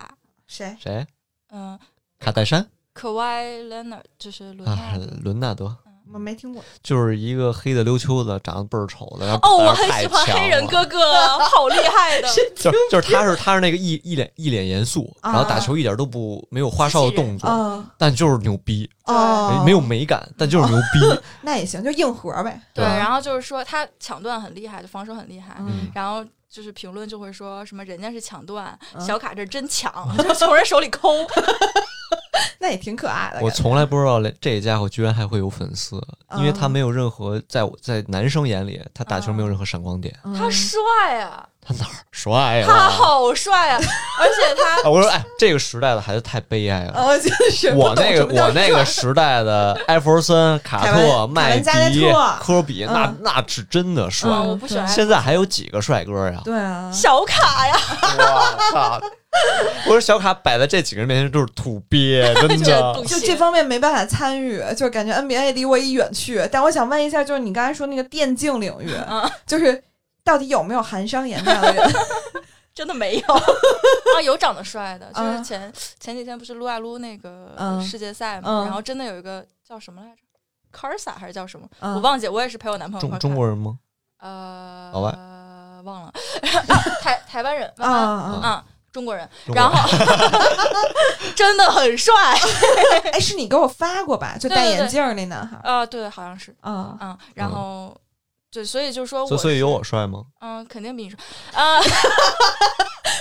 Speaker 3: 谁？
Speaker 2: 谁？
Speaker 1: 嗯
Speaker 2: 卡戴珊
Speaker 1: ，Kawhi Leonard 就是伦
Speaker 2: 啊
Speaker 1: 纳德，
Speaker 2: 伦纳德
Speaker 3: 我没听过。就是
Speaker 2: 就是一个黑的溜秋的，长得倍儿丑的。然后
Speaker 1: 哦，我
Speaker 2: 但
Speaker 1: 很
Speaker 2: 是
Speaker 1: 喜
Speaker 2: 太
Speaker 1: 欢
Speaker 2: 强
Speaker 1: 黑人
Speaker 2: 了
Speaker 1: 哥哥，好厉害的，
Speaker 2: 啊就是就是他是他是那个一一脸一脸严肃，
Speaker 3: 啊
Speaker 2: 然后打球一点都不没有花哨的动
Speaker 1: 啊
Speaker 2: 作，
Speaker 3: 嗯
Speaker 2: 但就是牛逼，
Speaker 3: 哦
Speaker 2: 没，没有美感，但就是牛逼。
Speaker 3: 那也行，就硬核呗。
Speaker 1: 哦对，
Speaker 2: 吧
Speaker 1: 然后就是说他抢断很厉害，就防守很厉害，
Speaker 2: 嗯
Speaker 1: 然后。就是评论就会说什么人家是抢断，
Speaker 3: 嗯
Speaker 1: 小卡这真抢， 就从人手里 抠。
Speaker 3: 那也挺可爱的。
Speaker 2: 我
Speaker 3: 感觉
Speaker 2: 从来不知道这家伙居然还会有粉丝，因为他
Speaker 1: 嗯
Speaker 2: 没有任何在我在男生眼里，他打球没有任何闪光点，
Speaker 1: 他
Speaker 3: 嗯
Speaker 1: 帅啊，
Speaker 2: 他哪儿帅 呀、
Speaker 1: 他好帅啊，而且他
Speaker 2: 啊我说，哎，这个时代的孩子太悲哀 了。
Speaker 3: 呃，就是
Speaker 2: 我那个
Speaker 3: 不懂什么叫
Speaker 2: 我那个时代的艾弗森、卡
Speaker 3: 凯文凯
Speaker 2: 特、
Speaker 3: 文
Speaker 2: 麦
Speaker 3: 加内
Speaker 2: 迪
Speaker 3: 特、
Speaker 2: 科比，那
Speaker 3: 嗯
Speaker 2: 那 是真的帅。
Speaker 1: 嗯哇，我不喜欢
Speaker 2: 现在还有几个帅哥呀？
Speaker 3: 对啊，
Speaker 1: 小卡呀，
Speaker 2: 我 操！我说小卡摆在这几个人面前就是土鳖， 真
Speaker 1: 这
Speaker 2: 的
Speaker 1: 不。
Speaker 3: 就
Speaker 1: 行
Speaker 3: 这方面没办法参与，就是感觉 NBA 离我已远去。但我想问一下，就是你刚才说那个电竞领域， 就是到底有没有韩商言这样的人？
Speaker 1: 真的没有啊，有长得帅的，就
Speaker 3: 啊
Speaker 1: 是前前几天不是撸啊撸那个
Speaker 3: 嗯
Speaker 1: 世界赛嘛，
Speaker 3: 嗯
Speaker 1: 然后真的有一个叫什么来着，Carsa 还是叫什么，
Speaker 3: 嗯
Speaker 1: 我忘记，我也是陪我男朋友一块儿
Speaker 2: 中中
Speaker 1: 看
Speaker 2: 国人吗？
Speaker 1: 呃，
Speaker 2: 老外
Speaker 1: 忘了， 台台湾人
Speaker 3: 啊
Speaker 1: 啊
Speaker 3: 啊！
Speaker 1: 啊，中国人，
Speaker 2: 中国
Speaker 1: 然
Speaker 2: 人
Speaker 1: 后 真的很 帅
Speaker 3: 哎，是你给我发过吧？就戴眼镜儿那男孩
Speaker 1: 啊，对，好像是
Speaker 3: 啊，
Speaker 1: 嗯，然后对，所以就说
Speaker 2: 所
Speaker 1: 我
Speaker 2: 以所以
Speaker 1: 是
Speaker 2: 有我帅吗？
Speaker 1: 嗯，肯定比你帅啊，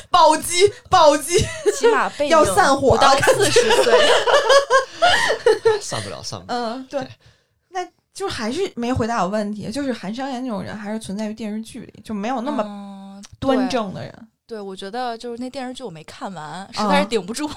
Speaker 3: 暴击暴击，哎
Speaker 1: 起码 背
Speaker 3: 要
Speaker 1: 影
Speaker 3: 散伙
Speaker 1: 不到
Speaker 3: 了
Speaker 1: 四十岁，
Speaker 2: 散不了，散不了。
Speaker 3: 嗯，对
Speaker 2: 对，
Speaker 3: 那就是还是没回答我问题，就是韩商言那种人还是存在于电视剧里，就没有那么
Speaker 1: 么
Speaker 3: 端正的人，
Speaker 1: 嗯对，我觉得就是那电视剧我没看完，实在是顶不 住。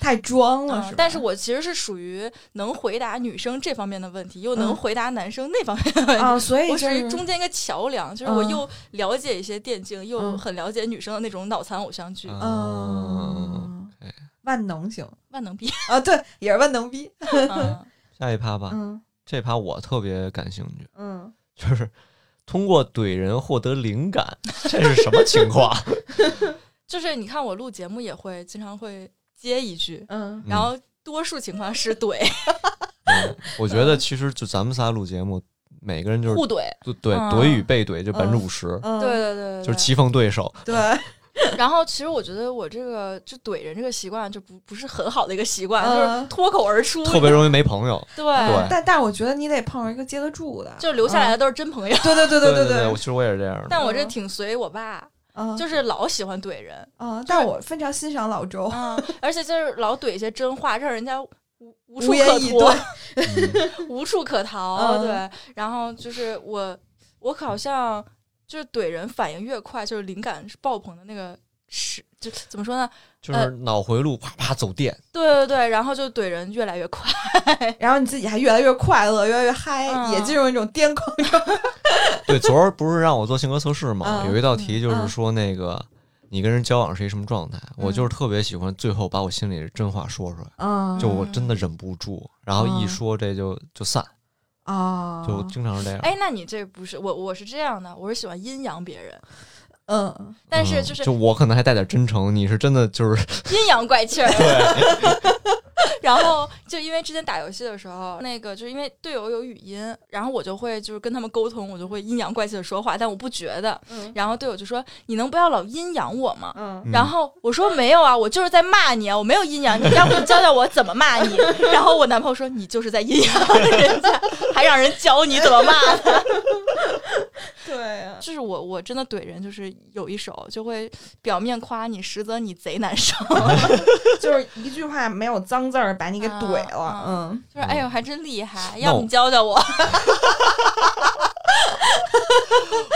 Speaker 3: 太装了，
Speaker 1: 嗯
Speaker 3: 啊是吧？
Speaker 1: 但是我其实是属于能回答女生这方面的问题，又能
Speaker 3: 嗯
Speaker 1: 回答男生那方面的问题。
Speaker 3: 啊，所以
Speaker 1: 我属
Speaker 3: 就
Speaker 1: 于
Speaker 3: 是
Speaker 1: 中间一个桥梁，就是我
Speaker 3: 嗯
Speaker 1: 又了解一些电竞，又
Speaker 3: 嗯
Speaker 1: 很了解女生的那种脑残偶像剧，
Speaker 2: 嗯，
Speaker 3: 嗯
Speaker 2: 哎，
Speaker 3: 万能型
Speaker 1: 万能 逼。
Speaker 3: 啊，对，也是万能逼，
Speaker 1: 嗯
Speaker 2: 下一趴吧，
Speaker 3: 嗯
Speaker 2: 这趴我特别感兴趣，
Speaker 3: 嗯。
Speaker 2: 就是通过怼人获得灵感，这是什么情况？
Speaker 1: 就是你看我录节目也会经常会接一句，
Speaker 3: 嗯，
Speaker 1: 然后多数情况是怼、
Speaker 2: 嗯我觉得其实就咱们仨录节目，每个人就是
Speaker 1: 互怼，
Speaker 2: 对对
Speaker 1: 嗯
Speaker 2: 怼与被怼就百分之
Speaker 3: 嗯
Speaker 2: 五十，
Speaker 3: 嗯
Speaker 1: 对对对对，
Speaker 2: 就是棋逢对手。
Speaker 3: 对，
Speaker 1: 然后其实我觉得我这个就怼人这个习惯就不不是很好的一个习惯，
Speaker 3: 嗯
Speaker 1: 就是脱口而出，
Speaker 2: 特别容易没朋友，
Speaker 1: 对，
Speaker 2: 对
Speaker 3: 但但我觉得你得碰上一个接得住的，
Speaker 1: 就留下来的都是真朋友。
Speaker 3: 嗯。对对对
Speaker 2: 对
Speaker 3: 对
Speaker 2: 对，我，其实我也是这样的。
Speaker 1: 但我这挺随我爸，
Speaker 3: 嗯，哦
Speaker 1: 就是老喜欢怼人，
Speaker 3: 嗯，但我非常欣赏老周，
Speaker 1: 嗯，而且就是老怼一些真话，让人家无无处
Speaker 3: 无言
Speaker 1: 可
Speaker 3: 以
Speaker 1: 脱
Speaker 3: 对，
Speaker 2: 嗯
Speaker 1: 无处可逃。
Speaker 3: 嗯
Speaker 1: 对，然后就是我，我好像就是怼人反应越快，就是灵感是爆棚的那个是，就怎么说呢？
Speaker 2: 就是脑回路啪啪走电，
Speaker 1: 对对对，然后就怼人越来越快。
Speaker 3: 然后你自己还越来越快乐，越来越嗨，
Speaker 1: 哎嗯
Speaker 3: 也进入一种癫狂状态。
Speaker 2: 对，昨儿不是让我做性格测试嘛，
Speaker 3: 嗯
Speaker 2: 有一道题就是
Speaker 3: 嗯
Speaker 2: 说那个、你跟人交往是一什么状态，我就是
Speaker 1: 嗯
Speaker 2: 特别喜欢最后把我心里的真话说出来，
Speaker 3: 嗯
Speaker 2: 就我真的忍不住，然后一
Speaker 3: 嗯
Speaker 2: 说这就就散，
Speaker 3: 啊
Speaker 2: 就经常是这样。
Speaker 1: 哎，那你这不是我，我是这样的，我是喜欢阴阳别人，
Speaker 3: 嗯，
Speaker 1: 但是
Speaker 2: 嗯
Speaker 1: 就是
Speaker 2: 就我可能还带点真诚，你是真的就是
Speaker 1: 阴阳怪气儿。 然后就因为之前打游戏的时候，那个就是因为队友有语音，然后我就会就是跟他们沟通，我就会阴阳怪气的说话，但我不觉得。
Speaker 3: 嗯
Speaker 1: 然后队友就说：“你能不要老阴阳我吗？”
Speaker 3: 嗯，
Speaker 2: 嗯
Speaker 1: 然后我说没有啊，我就是在骂你啊，我没有阴阳，你要不你教教我怎么骂你？ 然后我男朋友说你就是在阴阳人家，还让人教你怎么骂他。
Speaker 3: 对 啊，
Speaker 1: 就是我我真的怼人，就是有一手就会表面夸你，实则你贼难受。
Speaker 2: 嗯
Speaker 3: 就是一句话没有脏字儿把你给怼了，
Speaker 1: 啊
Speaker 3: 嗯，
Speaker 1: 就是哎呦还真厉害，
Speaker 2: 嗯
Speaker 1: 要不你教教我？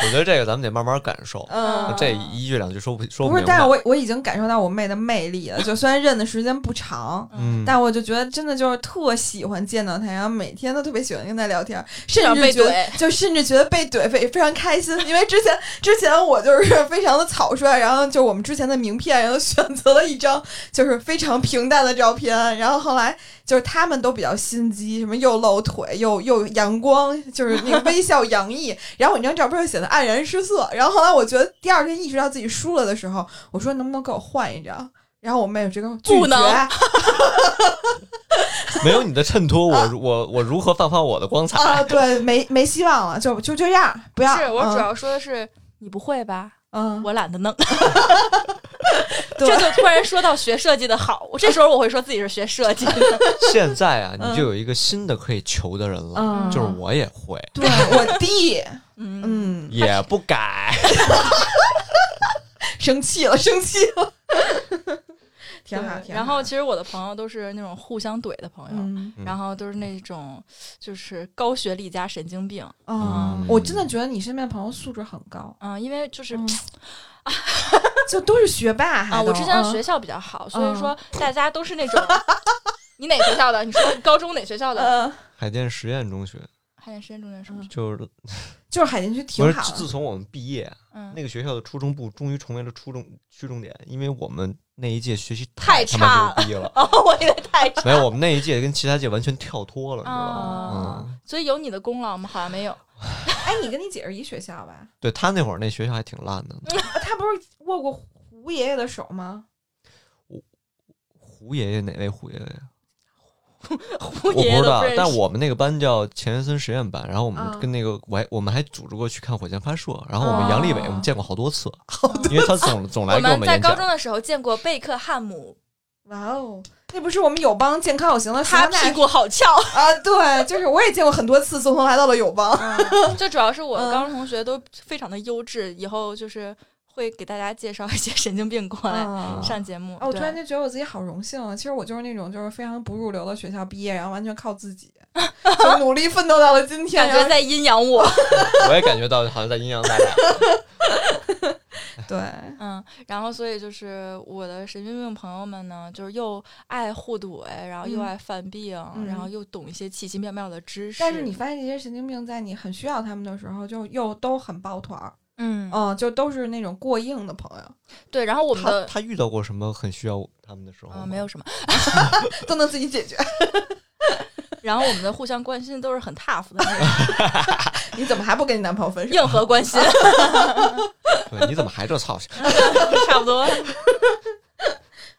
Speaker 2: 我觉得这个咱们得慢慢感受，
Speaker 3: 嗯，
Speaker 2: 这一句两句说不说
Speaker 3: 不是
Speaker 2: 明，
Speaker 3: 但是
Speaker 2: 白。
Speaker 3: 我我已经感受到我妹的魅力了，就虽然认的时间不长。
Speaker 2: 嗯，
Speaker 3: 但我就觉得真的就是特喜欢见到她，然后每天都特别喜欢跟她聊天，
Speaker 1: 至少
Speaker 3: 甚至
Speaker 1: 被
Speaker 3: 觉得
Speaker 1: 怼
Speaker 3: 就甚至觉得被怼非非常开心，因为之前之前我就是非常的草率，然后就我们之前的名片，然后选择了一张就是非常平淡的照片，然后后来就是他们都比较心机，什么又露腿又又阳光，就是那个 微笑洋溢，然后我那张照片就显得黯然失色，然后后来我觉得第二天意识到自己输了的时候，我说能不能给我换一张？然后我妹这个
Speaker 1: 不能
Speaker 2: 没有你的衬托，我如我我如何焕发我的光彩？
Speaker 3: 啊，对，没没希望了，就就这样，不要。
Speaker 1: 是我主要说的是。你不会吧？
Speaker 3: 嗯，嗯
Speaker 1: 我懒得弄，
Speaker 3: 对
Speaker 1: 这就突然说到学设计的好。我这时候我会说自己是学设 计的，嗯
Speaker 2: 现在啊，
Speaker 3: 嗯
Speaker 2: 你就有一个新的可以求的人了，
Speaker 3: 嗯，
Speaker 2: 就是我也会，
Speaker 3: 对我 弟，
Speaker 1: 嗯，
Speaker 3: 嗯，
Speaker 2: 也不改。
Speaker 3: 生气了，生气了， 挺好，
Speaker 1: 对
Speaker 3: 挺好。
Speaker 1: 然后其实我的朋友都是那种互相怼的朋友，
Speaker 3: 嗯，
Speaker 2: 嗯
Speaker 1: 然后都是那种就是高学历加神经病，
Speaker 3: 哦
Speaker 2: 嗯
Speaker 3: 我真的觉得你身边的朋友素质很高，
Speaker 1: 嗯，因为就是、
Speaker 3: 嗯 就都是学霸还
Speaker 1: 啊，
Speaker 3: 都
Speaker 1: 我之前的
Speaker 3: 嗯
Speaker 1: 学校比较好，所以说大家都是那 种，你哪学校的？你说高中哪学校的？
Speaker 3: 呃，
Speaker 2: 海淀实验中学
Speaker 1: 海淀实验中学是不是？
Speaker 2: 就是
Speaker 3: 就是海淀区挺
Speaker 2: 不是
Speaker 3: 好
Speaker 2: 自
Speaker 3: 的，
Speaker 2: 从我们毕业，
Speaker 1: 嗯，
Speaker 2: 那个学校的初中部终于成为了初中区重点，因为我们那一届学习
Speaker 1: 太
Speaker 2: 他妈
Speaker 1: 差了，，
Speaker 2: 牛逼了
Speaker 1: 哦，我以为 太差
Speaker 2: 没有我们那一届跟其他届完全跳脱了，你知道
Speaker 3: 哦
Speaker 2: 吗？
Speaker 1: 啊
Speaker 2: 嗯，
Speaker 1: 所以有你的功劳吗？好像没有。
Speaker 3: 哎，你跟你姐是一学校吧？啊
Speaker 2: 对他那会儿那学校还挺烂的，
Speaker 3: 她不是握过胡爷爷的手吗？
Speaker 2: 胡爷爷哪位胡爷爷呀？
Speaker 1: 胡
Speaker 2: 我
Speaker 1: 爷
Speaker 2: 不
Speaker 1: 爷
Speaker 2: 知
Speaker 1: 都
Speaker 2: 道
Speaker 1: 不认，识嗯
Speaker 2: 但我们那个班叫钱学森实验班，然后我
Speaker 3: 啊
Speaker 2: 们跟那个我还我们还组织过去看火箭发射，然后我们杨利伟
Speaker 3: 哦
Speaker 2: 我们见过好多 次，因为他总总来
Speaker 1: 我
Speaker 2: 给我
Speaker 1: 们
Speaker 2: 们
Speaker 1: 在
Speaker 2: 演
Speaker 1: 高
Speaker 2: 讲
Speaker 1: 中。的时候见过贝克汉姆，
Speaker 3: 哇哦，那不是我们友邦健康有型的时候
Speaker 1: 他屁股好 翘。
Speaker 3: 啊？对，就是我也见过很多次，自从来到了友邦。
Speaker 1: 就主要是我
Speaker 3: 嗯
Speaker 1: 高中同学都非常的优质，以后就是会给大家介绍一些 神经病过来
Speaker 3: 嗯
Speaker 1: 上节目。
Speaker 3: 哦，我
Speaker 1: 对
Speaker 3: 突然就觉得我自己好荣幸啊！其实我就是那种就是非常不入流的学校毕业，然后完全靠自 己，就努力奋斗到了今天。
Speaker 1: 感觉在阴阳 我，
Speaker 2: 我也感觉到好像在阴阳大 战。
Speaker 3: 对，
Speaker 1: 嗯，然后所以就是我的神经病朋友们呢，就是又爱互怼，然后又
Speaker 3: 嗯
Speaker 1: 爱犯病，
Speaker 3: 嗯
Speaker 1: 然后又懂一些奇奇妙妙的知识。
Speaker 3: 但是你，发现这些神经病在你很需要他们的时候，就又都很抱团儿，
Speaker 1: 嗯，
Speaker 3: 嗯，就都是那种过硬的朋友，
Speaker 1: 对，然后我们
Speaker 2: 他
Speaker 1: 的。
Speaker 2: 他遇到过什么很需要他们的时候
Speaker 1: 啊、
Speaker 2: 吗？
Speaker 1: 没有什么。
Speaker 3: 都能自己 解决。
Speaker 1: 然后我们的互相关心都是很 tough 的 那种
Speaker 3: 你怎么还不跟你男朋友分手？
Speaker 1: 硬核关 心，
Speaker 2: 对，你怎么还这操性？
Speaker 1: 差不多。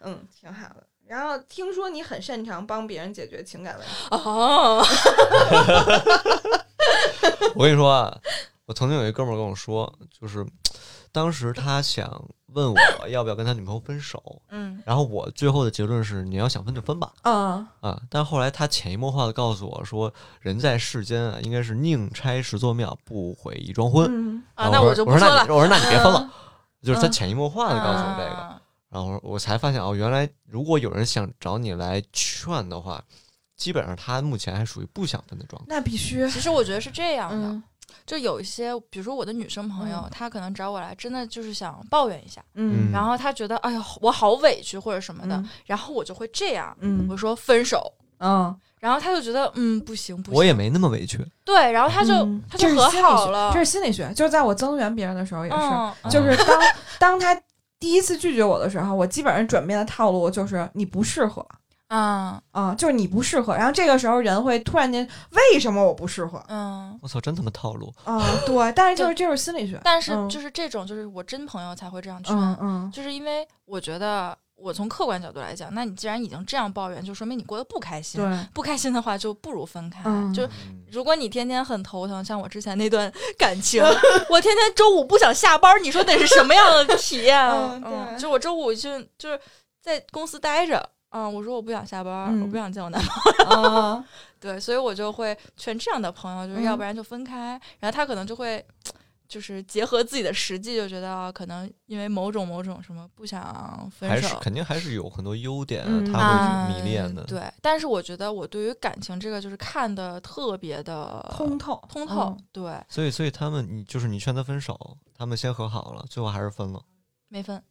Speaker 3: 嗯，挺好的。然后听说你很擅长帮别人解决情感问题，
Speaker 1: 哦，
Speaker 2: 我跟你说啊，我曾经有一哥们儿跟我说，就是当时他想问我要不要跟他女朋友分手，
Speaker 1: 嗯，
Speaker 2: 然后我最后的结论是你要想分就分吧
Speaker 3: 嗯，
Speaker 2: 啊！但后来他潜移默化的告诉我说，人在世间啊，应该是宁拆十座庙，不毁一桩婚。
Speaker 3: 嗯，
Speaker 1: 啊，
Speaker 2: 然
Speaker 1: 那
Speaker 2: 后我
Speaker 1: 就不
Speaker 2: 说
Speaker 1: 了。
Speaker 2: 那你我说那你别分了，
Speaker 3: 嗯
Speaker 2: 就是他
Speaker 3: 嗯
Speaker 2: 潜移默化的告诉我这个。
Speaker 1: 啊
Speaker 2: 然后我我才发现哦，原来如果有人想找你来劝的话，基本上他目前还属于不想分的状态。
Speaker 3: 那必须，
Speaker 1: 其实我觉得是这样的，
Speaker 3: 嗯
Speaker 1: 就有一些，比如说我的女生朋友，
Speaker 3: 嗯
Speaker 1: 她可能找我来，真的就是想抱怨一下，
Speaker 3: 嗯
Speaker 1: 然后她觉得，哎呦，我好委屈或者什么的，
Speaker 3: 嗯
Speaker 1: 然后我就会这样，我
Speaker 3: 嗯
Speaker 1: 说分手，
Speaker 3: 嗯，
Speaker 1: 然后她就觉得，嗯，不行不
Speaker 2: 我
Speaker 1: 行，
Speaker 2: 也没那么委屈，
Speaker 1: 对，然后她就、
Speaker 3: 嗯
Speaker 1: 她
Speaker 3: 这
Speaker 1: 就是和
Speaker 3: 心理
Speaker 1: 好
Speaker 3: 学
Speaker 1: 了，
Speaker 3: 这是心理学，就是在我增援别人的时候也是，
Speaker 1: 嗯，嗯
Speaker 3: 就是当当他第一次拒绝我的时候，我基本上转变的套路就是你不适合
Speaker 1: 嗯
Speaker 3: 啊、就是你不适合。然后这个时候人会突然间为什么我不适合啊、
Speaker 1: 嗯。
Speaker 2: 我操，真他妈套路！
Speaker 3: 对，但是就是这就是心理学，
Speaker 1: 但是
Speaker 3: 嗯
Speaker 1: 就是这种，就是我真朋友才会这样劝，
Speaker 3: 嗯嗯
Speaker 1: 就是因为我觉得我从客观角度来讲，那你既然已经这样抱怨，就说明你过得不开心。
Speaker 3: 对，
Speaker 1: 不开心的话，就不如分开。
Speaker 3: 嗯
Speaker 1: 就
Speaker 2: 嗯
Speaker 1: 如果你天天很头疼，像我之前那段感情， 我天天周五不想下班，你说得是什么样的体验啊？
Speaker 3: 嗯
Speaker 1: 嗯，
Speaker 3: 对
Speaker 1: 就我周五就就是在公司待着，嗯，我说我不想下班，我
Speaker 3: 嗯
Speaker 1: 不想见我男朋友， 啊
Speaker 3: 嗯
Speaker 1: 对，所以我就会劝这样的朋友，就是要不
Speaker 3: 嗯
Speaker 1: 然就分开，然后他可能就会。就是结合自己的实际，就觉得啊可能因为某种某种什么不想分
Speaker 2: 还
Speaker 1: 手
Speaker 2: 是，肯定还是有很多优点啊
Speaker 3: 嗯
Speaker 2: 他会去迷恋的
Speaker 1: 嗯。对，但是我觉得我对于感情这个就是看的特别的
Speaker 3: 通透，
Speaker 1: 通透，
Speaker 3: 嗯
Speaker 1: 对，
Speaker 2: 所以，所以他们，你就是你劝他分手，他们先和好了，最后还是分了。
Speaker 1: 没分。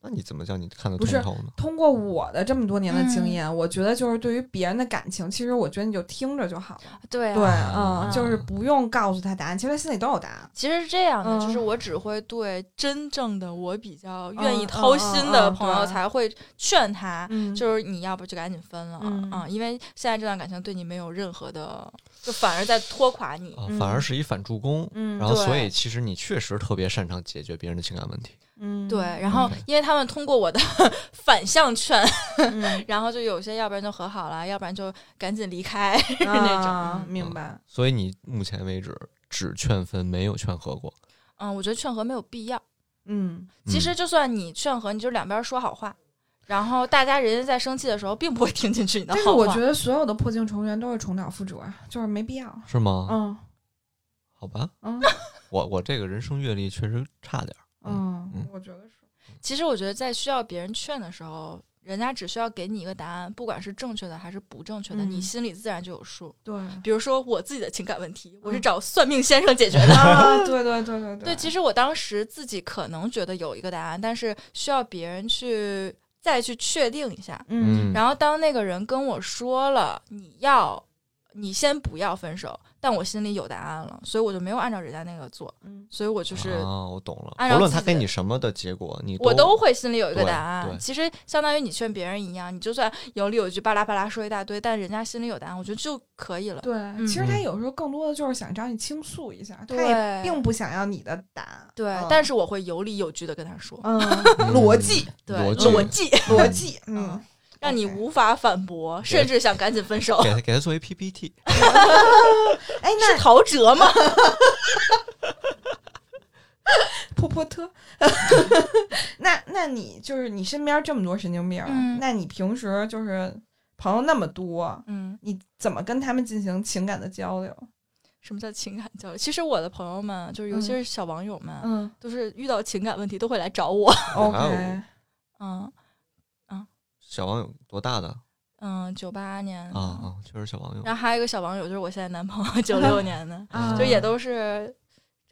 Speaker 2: 那你怎么叫你看得
Speaker 3: 不是
Speaker 2: 通透呢？
Speaker 3: 通过我的这么多年的经
Speaker 1: 嗯
Speaker 3: 验，我觉得就是对于别人的感情，其实我觉得你就听着就好了。
Speaker 1: 对啊
Speaker 3: 对，
Speaker 2: 啊
Speaker 3: 嗯，就是不用告诉他答案，其实他心里都有答案。
Speaker 1: 其实是这样的，
Speaker 3: 嗯
Speaker 1: 就是我只会对真正的我比较愿
Speaker 3: 嗯
Speaker 1: 意
Speaker 3: 嗯
Speaker 1: 掏
Speaker 3: 嗯
Speaker 1: 心的
Speaker 3: 嗯
Speaker 1: 朋友
Speaker 3: 对
Speaker 1: 才会劝他，
Speaker 3: 嗯
Speaker 1: 就是你要不就赶紧分了啊、
Speaker 3: 嗯
Speaker 1: 因为现在这段感情对你没有任何的，就反而在拖垮你。
Speaker 2: 啊，
Speaker 3: 嗯
Speaker 2: 反而是一反助攻。
Speaker 3: 嗯，
Speaker 2: 然后，
Speaker 1: 对
Speaker 2: 所以其实你确实特别擅长解决别人的情感问题。
Speaker 3: 嗯
Speaker 1: 对，，然后
Speaker 2: OK
Speaker 1: 因为他们通过我的 反向劝，
Speaker 3: 嗯
Speaker 1: 然后就有些要不然就和好了，要不然就赶紧离开。
Speaker 3: 啊
Speaker 1: 那嗯
Speaker 3: 明白。
Speaker 2: 所以你目前为止只劝分，没有劝和过。
Speaker 1: 嗯，我觉得劝和没有必要。
Speaker 3: 嗯，
Speaker 1: 其实
Speaker 2: 嗯
Speaker 1: 就算你劝和，你就两边说好话，然后大家人家在生气的时候，并不会听进去你的
Speaker 3: 但
Speaker 1: 好话。
Speaker 3: 是我觉得所有的破镜重圆都是重蹈覆辙，啊就是没必要。
Speaker 2: 是吗？
Speaker 3: 嗯
Speaker 2: 好吧，
Speaker 3: 嗯
Speaker 2: 我我这个人生阅历确实差点儿。嗯
Speaker 3: 嗯，我觉得是。
Speaker 1: 其实我觉得在需要别人劝的时候，人家只需要给你一个答案，不管是正确的还是不正确的，
Speaker 3: 嗯
Speaker 1: 你心里自然就有数。
Speaker 3: 对
Speaker 1: 比如说我自己的情感问题，我是
Speaker 3: 嗯
Speaker 1: 找算命先生解决的。
Speaker 3: 啊，对对对对
Speaker 1: 对，其实我当时自己可能觉得有一个答案，但是需要别人去再去确定一下。
Speaker 3: 嗯
Speaker 1: 然后当那个人跟我说了你要，你先不要分手，但我心里有答案了，所以我就没有按照人家那个做，
Speaker 3: 嗯
Speaker 1: 所以我就是
Speaker 2: 啊，我懂了。
Speaker 1: 按照
Speaker 2: 无论
Speaker 1: 自
Speaker 2: 他
Speaker 1: 己
Speaker 2: 给
Speaker 1: 的
Speaker 2: 你什么的结果，你
Speaker 1: 我都会心里有一个
Speaker 2: 对
Speaker 1: 答案
Speaker 2: 对。
Speaker 1: 其实相当于你劝别人一样，你就算有理有据巴拉巴拉说一大堆，但人家心里有答案，我觉得就可以了。
Speaker 3: 对，其实他
Speaker 2: 嗯
Speaker 3: 有时候更多的就是想找你倾诉一下，他也
Speaker 1: 对，
Speaker 3: 并不想要你的答案。
Speaker 1: 对，
Speaker 3: 嗯
Speaker 1: 但是我会有理有据的跟他说，
Speaker 3: 嗯，
Speaker 2: 嗯
Speaker 3: 逻辑，
Speaker 1: 对，
Speaker 2: 逻辑
Speaker 1: 逻 辑，
Speaker 3: 逻辑，
Speaker 1: 嗯
Speaker 3: 嗯，
Speaker 1: 让你
Speaker 3: OK
Speaker 1: 无法反驳，甚至想赶紧分手。
Speaker 2: 给他给他做 一 PPT。
Speaker 3: 哎，
Speaker 1: 是
Speaker 3: 那
Speaker 1: 陶喆吗？
Speaker 3: 破破 特，那那你就是你身边这么多神经病儿，
Speaker 1: 嗯
Speaker 3: 那你平时就是朋友那么多，
Speaker 1: 嗯，
Speaker 3: 你怎么跟他们进行情感的交流？
Speaker 1: 什么叫情感交流？其实我的朋友们，就是尤其是小网友们，
Speaker 3: 嗯
Speaker 1: 都是遇到情感问题都会来找我。
Speaker 3: ，OK，
Speaker 1: 嗯
Speaker 2: 小王有多大的？
Speaker 1: 嗯，九八年
Speaker 2: 啊啊，确实小王有。
Speaker 1: 然后还有一个小网友，就是我现在男朋友，九六年 的，
Speaker 2: 啊
Speaker 1: 就也都是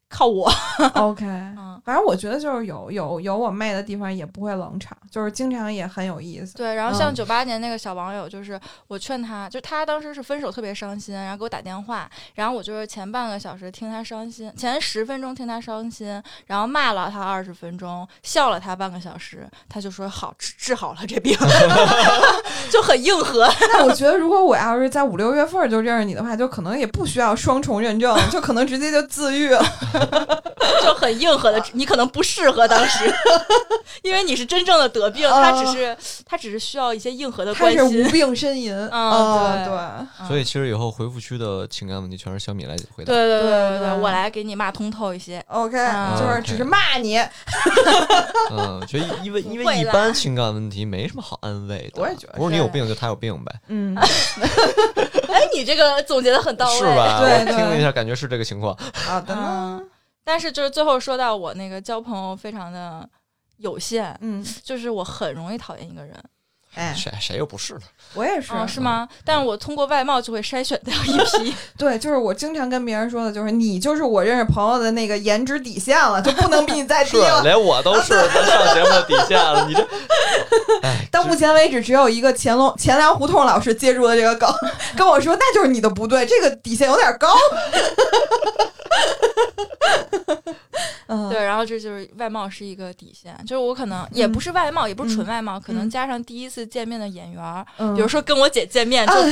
Speaker 1: 靠我。
Speaker 3: OK。
Speaker 1: 嗯，
Speaker 3: 反正我觉得就是有有有我妹的地方也不会冷场，就是经常也很有意思。
Speaker 1: 对。然后像
Speaker 3: 嗯
Speaker 1: 九八年那个小网友，就是我劝他，就他当时是分手特别伤心，然后给我打电话，然后我就是前半个小时听他伤心，前十分钟听他伤心，然后骂了他二十分钟，笑了他半个小时，他就说好治治好了这病， 就很硬核。
Speaker 3: 那我觉得如果我要是在五六月份儿就认识你的话，就可能也不需要双重认证，就可能直接就自愈了。
Speaker 1: 就很硬核的，你可能不适合当 时，因为你是真正的得病，他只是他只是需要一些硬核的
Speaker 3: 嗯他
Speaker 1: 关
Speaker 3: 是无
Speaker 1: 心。
Speaker 3: 病呻吟
Speaker 1: 啊对
Speaker 3: 啊
Speaker 1: 嗯
Speaker 2: 所以其实以后回复区的情感问题全是小米来回答。
Speaker 1: 对对对对对，
Speaker 3: 对
Speaker 1: 我来给你骂通透一些。
Speaker 3: 对，OK，
Speaker 1: 啊
Speaker 3: 就是只是骂你，
Speaker 2: 嗯，觉得因为因
Speaker 1: 不
Speaker 2: 为
Speaker 1: 会
Speaker 2: 一
Speaker 1: 啦
Speaker 2: 般情感问题没什么好安慰的。
Speaker 3: 我也觉得
Speaker 2: 不是你有
Speaker 1: 是
Speaker 2: 病就他有病呗，
Speaker 3: 嗯，
Speaker 1: 哎，你这个总结的很到位，
Speaker 2: 是吧？
Speaker 3: 对
Speaker 2: 我
Speaker 3: 对
Speaker 2: 听了一下，感觉是这个情 况。
Speaker 3: 好的呢，
Speaker 1: 嗯，但是就是最后说到我那个交朋友非常的有限，
Speaker 3: 嗯，
Speaker 1: 就是我很容易讨厌一个人，
Speaker 3: 哎，
Speaker 2: 谁谁又不是呢？
Speaker 3: 我也哦是，啊
Speaker 1: 嗯，是吗？但我通过外貌就会筛选掉一 批，
Speaker 3: 对，就是我经常跟别人说的，就是你就是我认识朋友的那个颜值底线了，就不能比你
Speaker 1: 哎
Speaker 3: 再低
Speaker 2: 是啊
Speaker 3: 了。
Speaker 2: 连我都是咱上节目的底下了，你这，哎，
Speaker 3: 到目前为止，只有一个乾隆钱粮胡同老师接住了这个梗，跟我说那就是你的不对，这个底线有点高。 嗯，
Speaker 1: 对，然后这就是外貌是一个底线，就是我可能也不是外貌，也不是纯外貌，可能加上第一次见面的眼缘儿，
Speaker 3: 嗯，
Speaker 1: 比如说跟我姐见面就
Speaker 3: 啊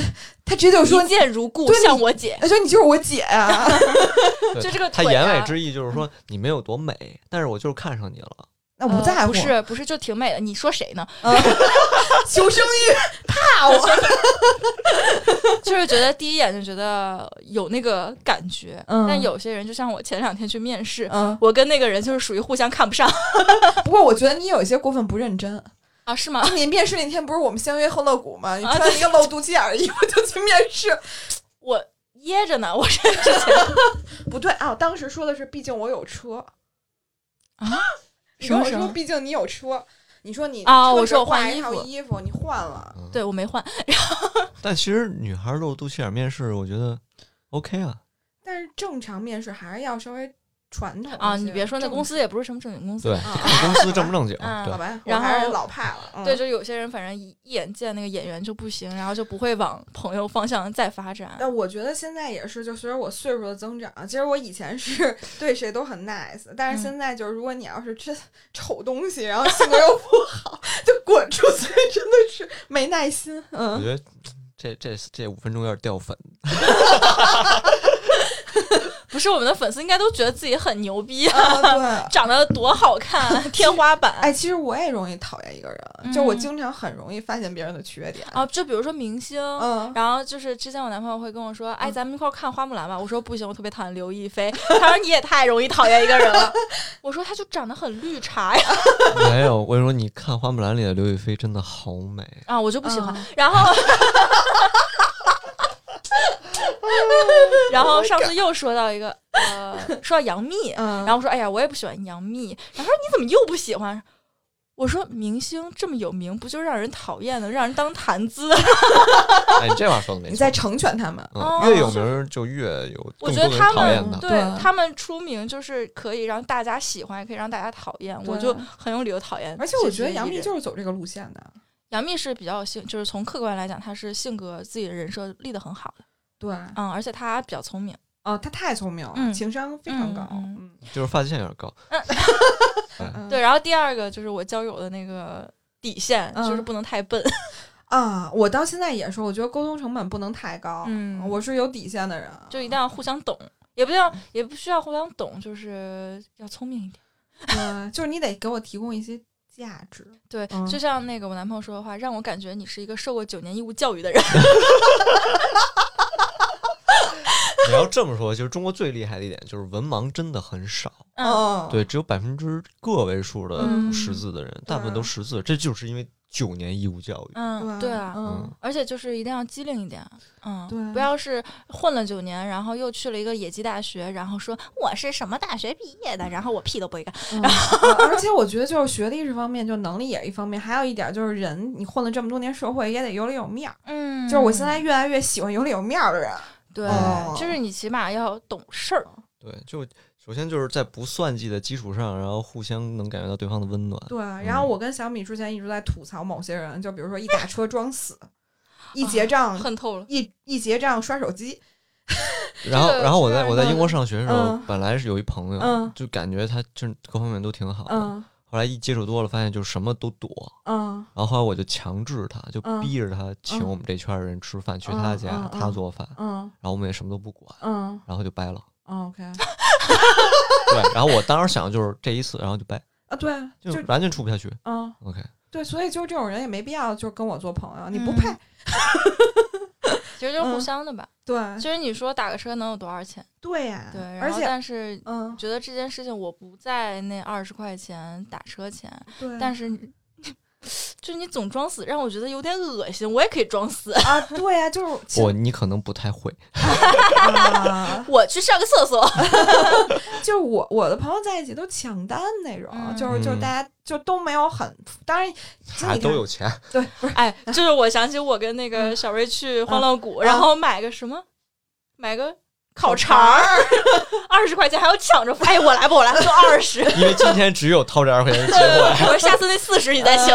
Speaker 3: 他直接就说
Speaker 1: 一，见 如故，
Speaker 3: 对
Speaker 1: 像我姐，
Speaker 3: 他说你就是我姐啊呀、
Speaker 2: 对
Speaker 1: 就这个
Speaker 2: 他
Speaker 1: 腿
Speaker 2: 言外
Speaker 1: 啊
Speaker 2: 之意就是说你没有多美，但是我就是看上你了。
Speaker 3: 那嗯我不在乎，
Speaker 1: 呃不是不是，就挺美的。你说谁呢？
Speaker 3: 嗯求生欲，怕我，
Speaker 1: 就是觉得第一眼就觉得有那个感觉，
Speaker 3: 嗯
Speaker 1: 但有些人就像我前两天去面试，
Speaker 3: 嗯。
Speaker 1: 我跟那个人就是属于互相看不上
Speaker 3: 不过我觉得你有一些过分不认真。
Speaker 1: 啊，是吗？
Speaker 3: 你面试那天不是我们相约后乐谷吗？你
Speaker 1: 啊
Speaker 3: 穿一个露肚脐眼儿的衣服就去面试，
Speaker 1: 我掖着呢，我是
Speaker 3: 不对啊！我当时说的是，毕竟我有车
Speaker 1: 啊。
Speaker 3: 你跟
Speaker 1: 什么
Speaker 3: 我
Speaker 1: 时
Speaker 3: 说，
Speaker 1: 候
Speaker 3: 毕竟你有车，你哦说你
Speaker 1: 啊
Speaker 3: 车
Speaker 1: 我说
Speaker 3: 只
Speaker 1: 我换
Speaker 3: 挂一
Speaker 1: 衣
Speaker 3: 套
Speaker 1: 服
Speaker 3: 衣服，你换了。
Speaker 1: 对我没换，
Speaker 2: 嗯但其实女孩露肚脐眼面试，我觉得 OK 啊。
Speaker 3: 但是正常面试还是要稍微传统
Speaker 1: 啊，
Speaker 3: 一些
Speaker 1: 你别说那
Speaker 3: 正
Speaker 1: 公司也不是什么正经公司。
Speaker 2: 对，
Speaker 3: 啊
Speaker 2: 就看公司正不正经。
Speaker 1: 嗯
Speaker 3: 好
Speaker 2: 对，
Speaker 3: 吧，
Speaker 1: 然
Speaker 3: 我还是
Speaker 1: 后
Speaker 3: 老派了。嗯
Speaker 1: 对，就有些人反正一一眼见那个演员就不行，然后就不会往朋友方向再发展。
Speaker 3: 但我觉得现在也是，就随着我岁数的增长，其实我以前是对谁都很 nice，但是
Speaker 1: 嗯
Speaker 3: 现在就是，如果你要是真丑东西，然后性格又不好， 就滚出去， 真的是没耐心。
Speaker 2: 我
Speaker 3: 嗯，
Speaker 2: 觉得这这这五分钟有点掉粉。
Speaker 1: 不是我们的粉丝应该都觉得自己很牛逼，
Speaker 3: 啊，对。
Speaker 1: 长得多好 看，天花板。
Speaker 3: 哎，其实我也容易讨厌一个人，就我
Speaker 1: 嗯
Speaker 3: 经常很容易发现别人的缺点。
Speaker 1: 啊，就比如说明星，
Speaker 3: 嗯，
Speaker 1: 然后就是之前我男朋友会跟我说：“哎，
Speaker 3: 嗯
Speaker 1: 咱们一块儿看花木兰吧。”我说：“不行，我特别讨厌刘亦菲。”他说：“你也太容易讨厌一个人了。” 我说：“他就长得很绿茶呀。
Speaker 2: 没有，我跟你说，你看《花木兰》里的刘亦菲真的好美。”
Speaker 1: 啊，我就不喜欢。
Speaker 3: 嗯
Speaker 1: 然 后，然后上次又说到一个呃，说到杨幂，
Speaker 3: 嗯，
Speaker 1: 然后我说：“哎呀，我也不喜欢杨幂。”然后他说：“你怎么又不喜欢？”我说：“明星这么有名，不就让人讨厌的，让人当谈资？
Speaker 2: 哎， 你这话说的没
Speaker 3: 你
Speaker 2: 错
Speaker 3: 在。成全他们。
Speaker 1: 哦
Speaker 2: 嗯，越有名儿就越有
Speaker 1: 我
Speaker 2: 更
Speaker 1: 觉得
Speaker 2: 多的
Speaker 1: 他
Speaker 2: 人讨厌
Speaker 1: 们
Speaker 2: 他。
Speaker 1: 对
Speaker 3: 对
Speaker 1: 他们出名就是可以让大家喜欢，也可以让大家讨厌，我
Speaker 3: 对
Speaker 1: 就很有理由讨厌这
Speaker 3: 而
Speaker 1: 些
Speaker 3: 且
Speaker 1: 艺人。
Speaker 3: 我觉得杨幂就是走这个路线的。
Speaker 1: 杨幂是比较有性，就是从客观来讲，她是性格自己的人设立得很好的，
Speaker 3: 对，
Speaker 1: 嗯，而且她比较聪明，
Speaker 3: 哦，她太聪明了，
Speaker 1: 嗯
Speaker 3: 情商非常
Speaker 1: 嗯
Speaker 3: 高。
Speaker 1: 嗯
Speaker 3: 嗯
Speaker 2: 就是发际线有点高。
Speaker 3: 嗯
Speaker 1: 对。然后第二个就是我交友的那个底线，
Speaker 3: 嗯
Speaker 1: 就是不能太笨，
Speaker 3: 啊，我到现在也是，我觉得沟通成本不能太高。
Speaker 1: 嗯
Speaker 3: 我是有底线的人，
Speaker 1: 就一定要互相懂，也不要也不需要互相懂，就是要聪明一点。
Speaker 3: 对，嗯就是你得给我提供一些价值。
Speaker 1: 对，
Speaker 3: 嗯
Speaker 1: 就像那个我男朋友说的话，让我感觉你是一个受过九年义务教育的人。
Speaker 2: 你要这么说，就是中国最厉害的一点就是文盲真的很少，
Speaker 1: 嗯，
Speaker 3: 嗯，
Speaker 2: 对，只有百分之个位数的
Speaker 1: 嗯
Speaker 2: 识字的人，大部分都识字，这就是因为九年义务教育。
Speaker 1: 嗯，对啊，
Speaker 3: 嗯，
Speaker 1: 而且就是一定要机灵一点，嗯，
Speaker 3: 对啊
Speaker 1: 不要是混了九年，然后又去了一个野鸡大学，然后说我是什么大学毕业的，然后我屁都不会干，
Speaker 3: 嗯啊而且我觉得就是学历是方面，就能力也是一方面，还有一点就是人，你混了这么多年社会，也得有里有面儿。
Speaker 1: 嗯
Speaker 3: 就是我现在越来越喜欢有里有面儿的人。
Speaker 1: 对，
Speaker 3: 哦
Speaker 1: 就是你起码要懂事儿，
Speaker 2: 对，就首先就是在不算计的基础上，然后互相能感觉到对方的温暖。
Speaker 3: 对，然后我跟小米之前一直在吐槽某些人，就比如说一打车装死，
Speaker 1: 啊
Speaker 3: 一结账
Speaker 1: 恨透了，
Speaker 3: 一一结账刷手机，
Speaker 2: 然后，
Speaker 1: 这个
Speaker 2: 然后我在
Speaker 1: 是
Speaker 2: 我在英国上学的时候
Speaker 3: 嗯，
Speaker 2: 本来是有一朋友
Speaker 3: 嗯，
Speaker 2: 就感觉他就是各方面都挺好的，
Speaker 3: 嗯
Speaker 2: 后来一接触多了，发现就什么都躲。
Speaker 3: 嗯
Speaker 2: 然后后来我就强制他，就
Speaker 3: 嗯
Speaker 2: 逼着他请
Speaker 3: 嗯
Speaker 2: 我们这圈儿人吃饭，去他家，
Speaker 3: 嗯嗯
Speaker 2: 他
Speaker 3: 嗯
Speaker 2: 做饭，
Speaker 3: 嗯
Speaker 2: 然后我们也什么都不管，
Speaker 3: 嗯
Speaker 2: 然后就掰了。
Speaker 3: 嗯，OK
Speaker 2: 对，然后我当时想就是这一次，然后就掰，
Speaker 3: 啊，对，
Speaker 2: 就
Speaker 3: 就
Speaker 2: 完全处不下去。
Speaker 3: 嗯。
Speaker 2: OK，
Speaker 3: 对，所以就是这种人也没必要就跟我做朋友，你不
Speaker 1: 嗯
Speaker 3: 配。
Speaker 1: 其实就是互
Speaker 3: 嗯
Speaker 1: 相的吧。
Speaker 3: 对
Speaker 1: 其实你说打个车能有多少钱？
Speaker 3: 对呀、
Speaker 1: 对，然
Speaker 3: 而
Speaker 1: 后
Speaker 3: 且
Speaker 1: 但是
Speaker 3: 嗯，
Speaker 1: 觉得这件事情我不在那二十块钱打车钱，
Speaker 3: 对，
Speaker 1: 但是你。 就你总装死，让我觉得有点恶心。我也可以装死，
Speaker 3: 啊，对呀、就是其
Speaker 2: 我你可能不太会，
Speaker 3: 啊，
Speaker 1: 我去上个厕所。
Speaker 3: 就是我我的朋友在一起都抢单那种，
Speaker 1: 嗯
Speaker 3: 就是就是
Speaker 2: 嗯
Speaker 3: 大家就都没有很，当然经
Speaker 2: 还
Speaker 3: 理
Speaker 2: 都
Speaker 3: 看
Speaker 2: 有钱，
Speaker 3: 对，不是
Speaker 1: 哎，就是我想起我跟那个小瑞去欢乐谷，
Speaker 3: 嗯
Speaker 1: 然后买个什么，买个烤肠儿， 二十块钱还要抢着付。哎，我来吧，我来吧，就二十。 呃
Speaker 2: 因为今天只有掏这二十块钱的机 会。
Speaker 1: 我说下次那四十你再请。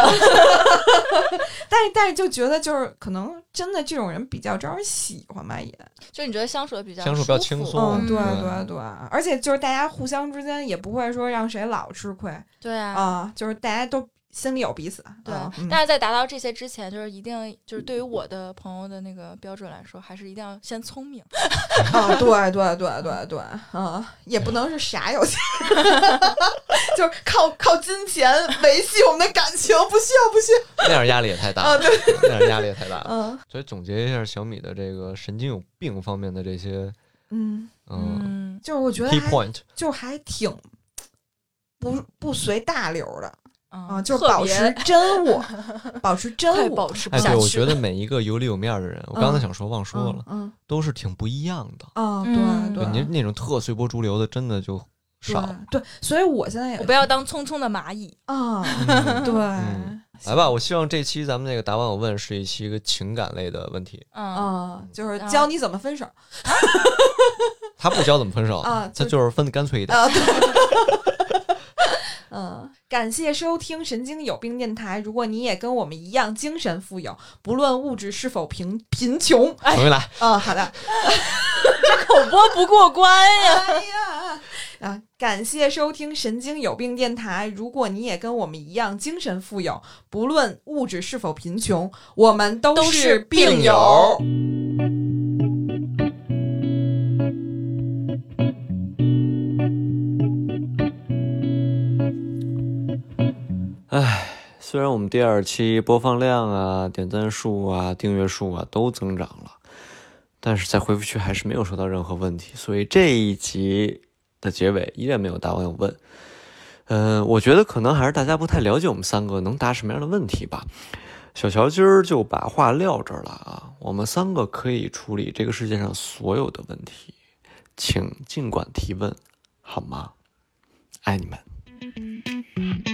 Speaker 3: 但是但是就觉得就是可能真的这种人比较招人喜欢吧也，
Speaker 1: 就是你觉得相处的比较
Speaker 2: 相处比较轻
Speaker 1: 舒服
Speaker 2: 松嗯
Speaker 3: 嗯，对
Speaker 2: 对
Speaker 3: 对对，而且就是大家互相之间也不会说让谁老吃亏
Speaker 1: 对啊。
Speaker 3: 啊，就是大家都心里有彼此，
Speaker 1: 对
Speaker 3: 啊，嗯
Speaker 1: 但是在达到这些之前，就是一定就是对于我的朋友的那个标准来说，还是一定要先聪明。
Speaker 3: 啊啊，对对对对对，嗯，也不能是傻有钱， 就是靠靠金钱维系我们的感情，不需要，不需要。
Speaker 2: 那样压力也太大
Speaker 3: 啊
Speaker 2: 了，那样压力也太大了。
Speaker 3: 嗯
Speaker 2: 所以总结一下小米的这个神经有病方面的这些
Speaker 3: 嗯，
Speaker 2: 嗯
Speaker 1: 嗯，
Speaker 3: 就是我觉得
Speaker 2: key
Speaker 3: 还
Speaker 2: point，
Speaker 3: 就是还挺不不随大流的啊，
Speaker 1: 嗯
Speaker 3: 就是
Speaker 1: 特
Speaker 3: 保
Speaker 1: 别
Speaker 3: 持真我，保持
Speaker 1: 快
Speaker 3: 真我。
Speaker 1: 保持不
Speaker 2: 哎，
Speaker 1: 下
Speaker 2: 对，
Speaker 1: 去。
Speaker 2: 我觉得每一个有里有面儿的人，我刚才
Speaker 3: 嗯
Speaker 2: 想说忘说了，
Speaker 3: 嗯
Speaker 2: 都是挺不一样的。
Speaker 3: 嗯啊，
Speaker 1: 嗯
Speaker 2: 对，
Speaker 3: 对对
Speaker 2: 您那种特随波逐流的，真的就少。
Speaker 3: 对，对所以我现在也
Speaker 1: 我不要当匆匆的蚂蚁。
Speaker 3: 啊，
Speaker 2: 嗯
Speaker 3: 对，
Speaker 2: 嗯来吧，我希望这期咱们那个答完我问是一期一个情感类的问题，
Speaker 1: 嗯，
Speaker 3: 啊，就是
Speaker 1: 啊
Speaker 3: 教你怎么分手
Speaker 2: 他不教怎么分手
Speaker 3: 啊就
Speaker 2: 他就是分的干 脆一点。
Speaker 3: 啊。对 嗯，感谢收听《神经有病电台》。如果你也跟我们一样精神富有，不论物质是否贫贫穷，哎，
Speaker 2: 重新来，
Speaker 3: 啊，好的，
Speaker 1: 口播不过关呀。
Speaker 3: 哎呀啊！感谢收听《神经有病电台》。如果你也跟我们一样精神富有，不论物质是否贫穷，我们都
Speaker 1: 都是病
Speaker 3: 病
Speaker 1: 友
Speaker 2: 虽然我们第二期播放量啊、点赞数啊、订阅数啊都增长了，但是在回复区还是没有收到任何问题，所以这一集的结尾依然没有答网友问。嗯、我觉得可能还是大家不太了解我们三个能答什么样的问题吧。小乔今儿就把话撂这儿了啊，我们三个可以处理这个世界上所有的问题，请尽管提问，好吗？爱你们。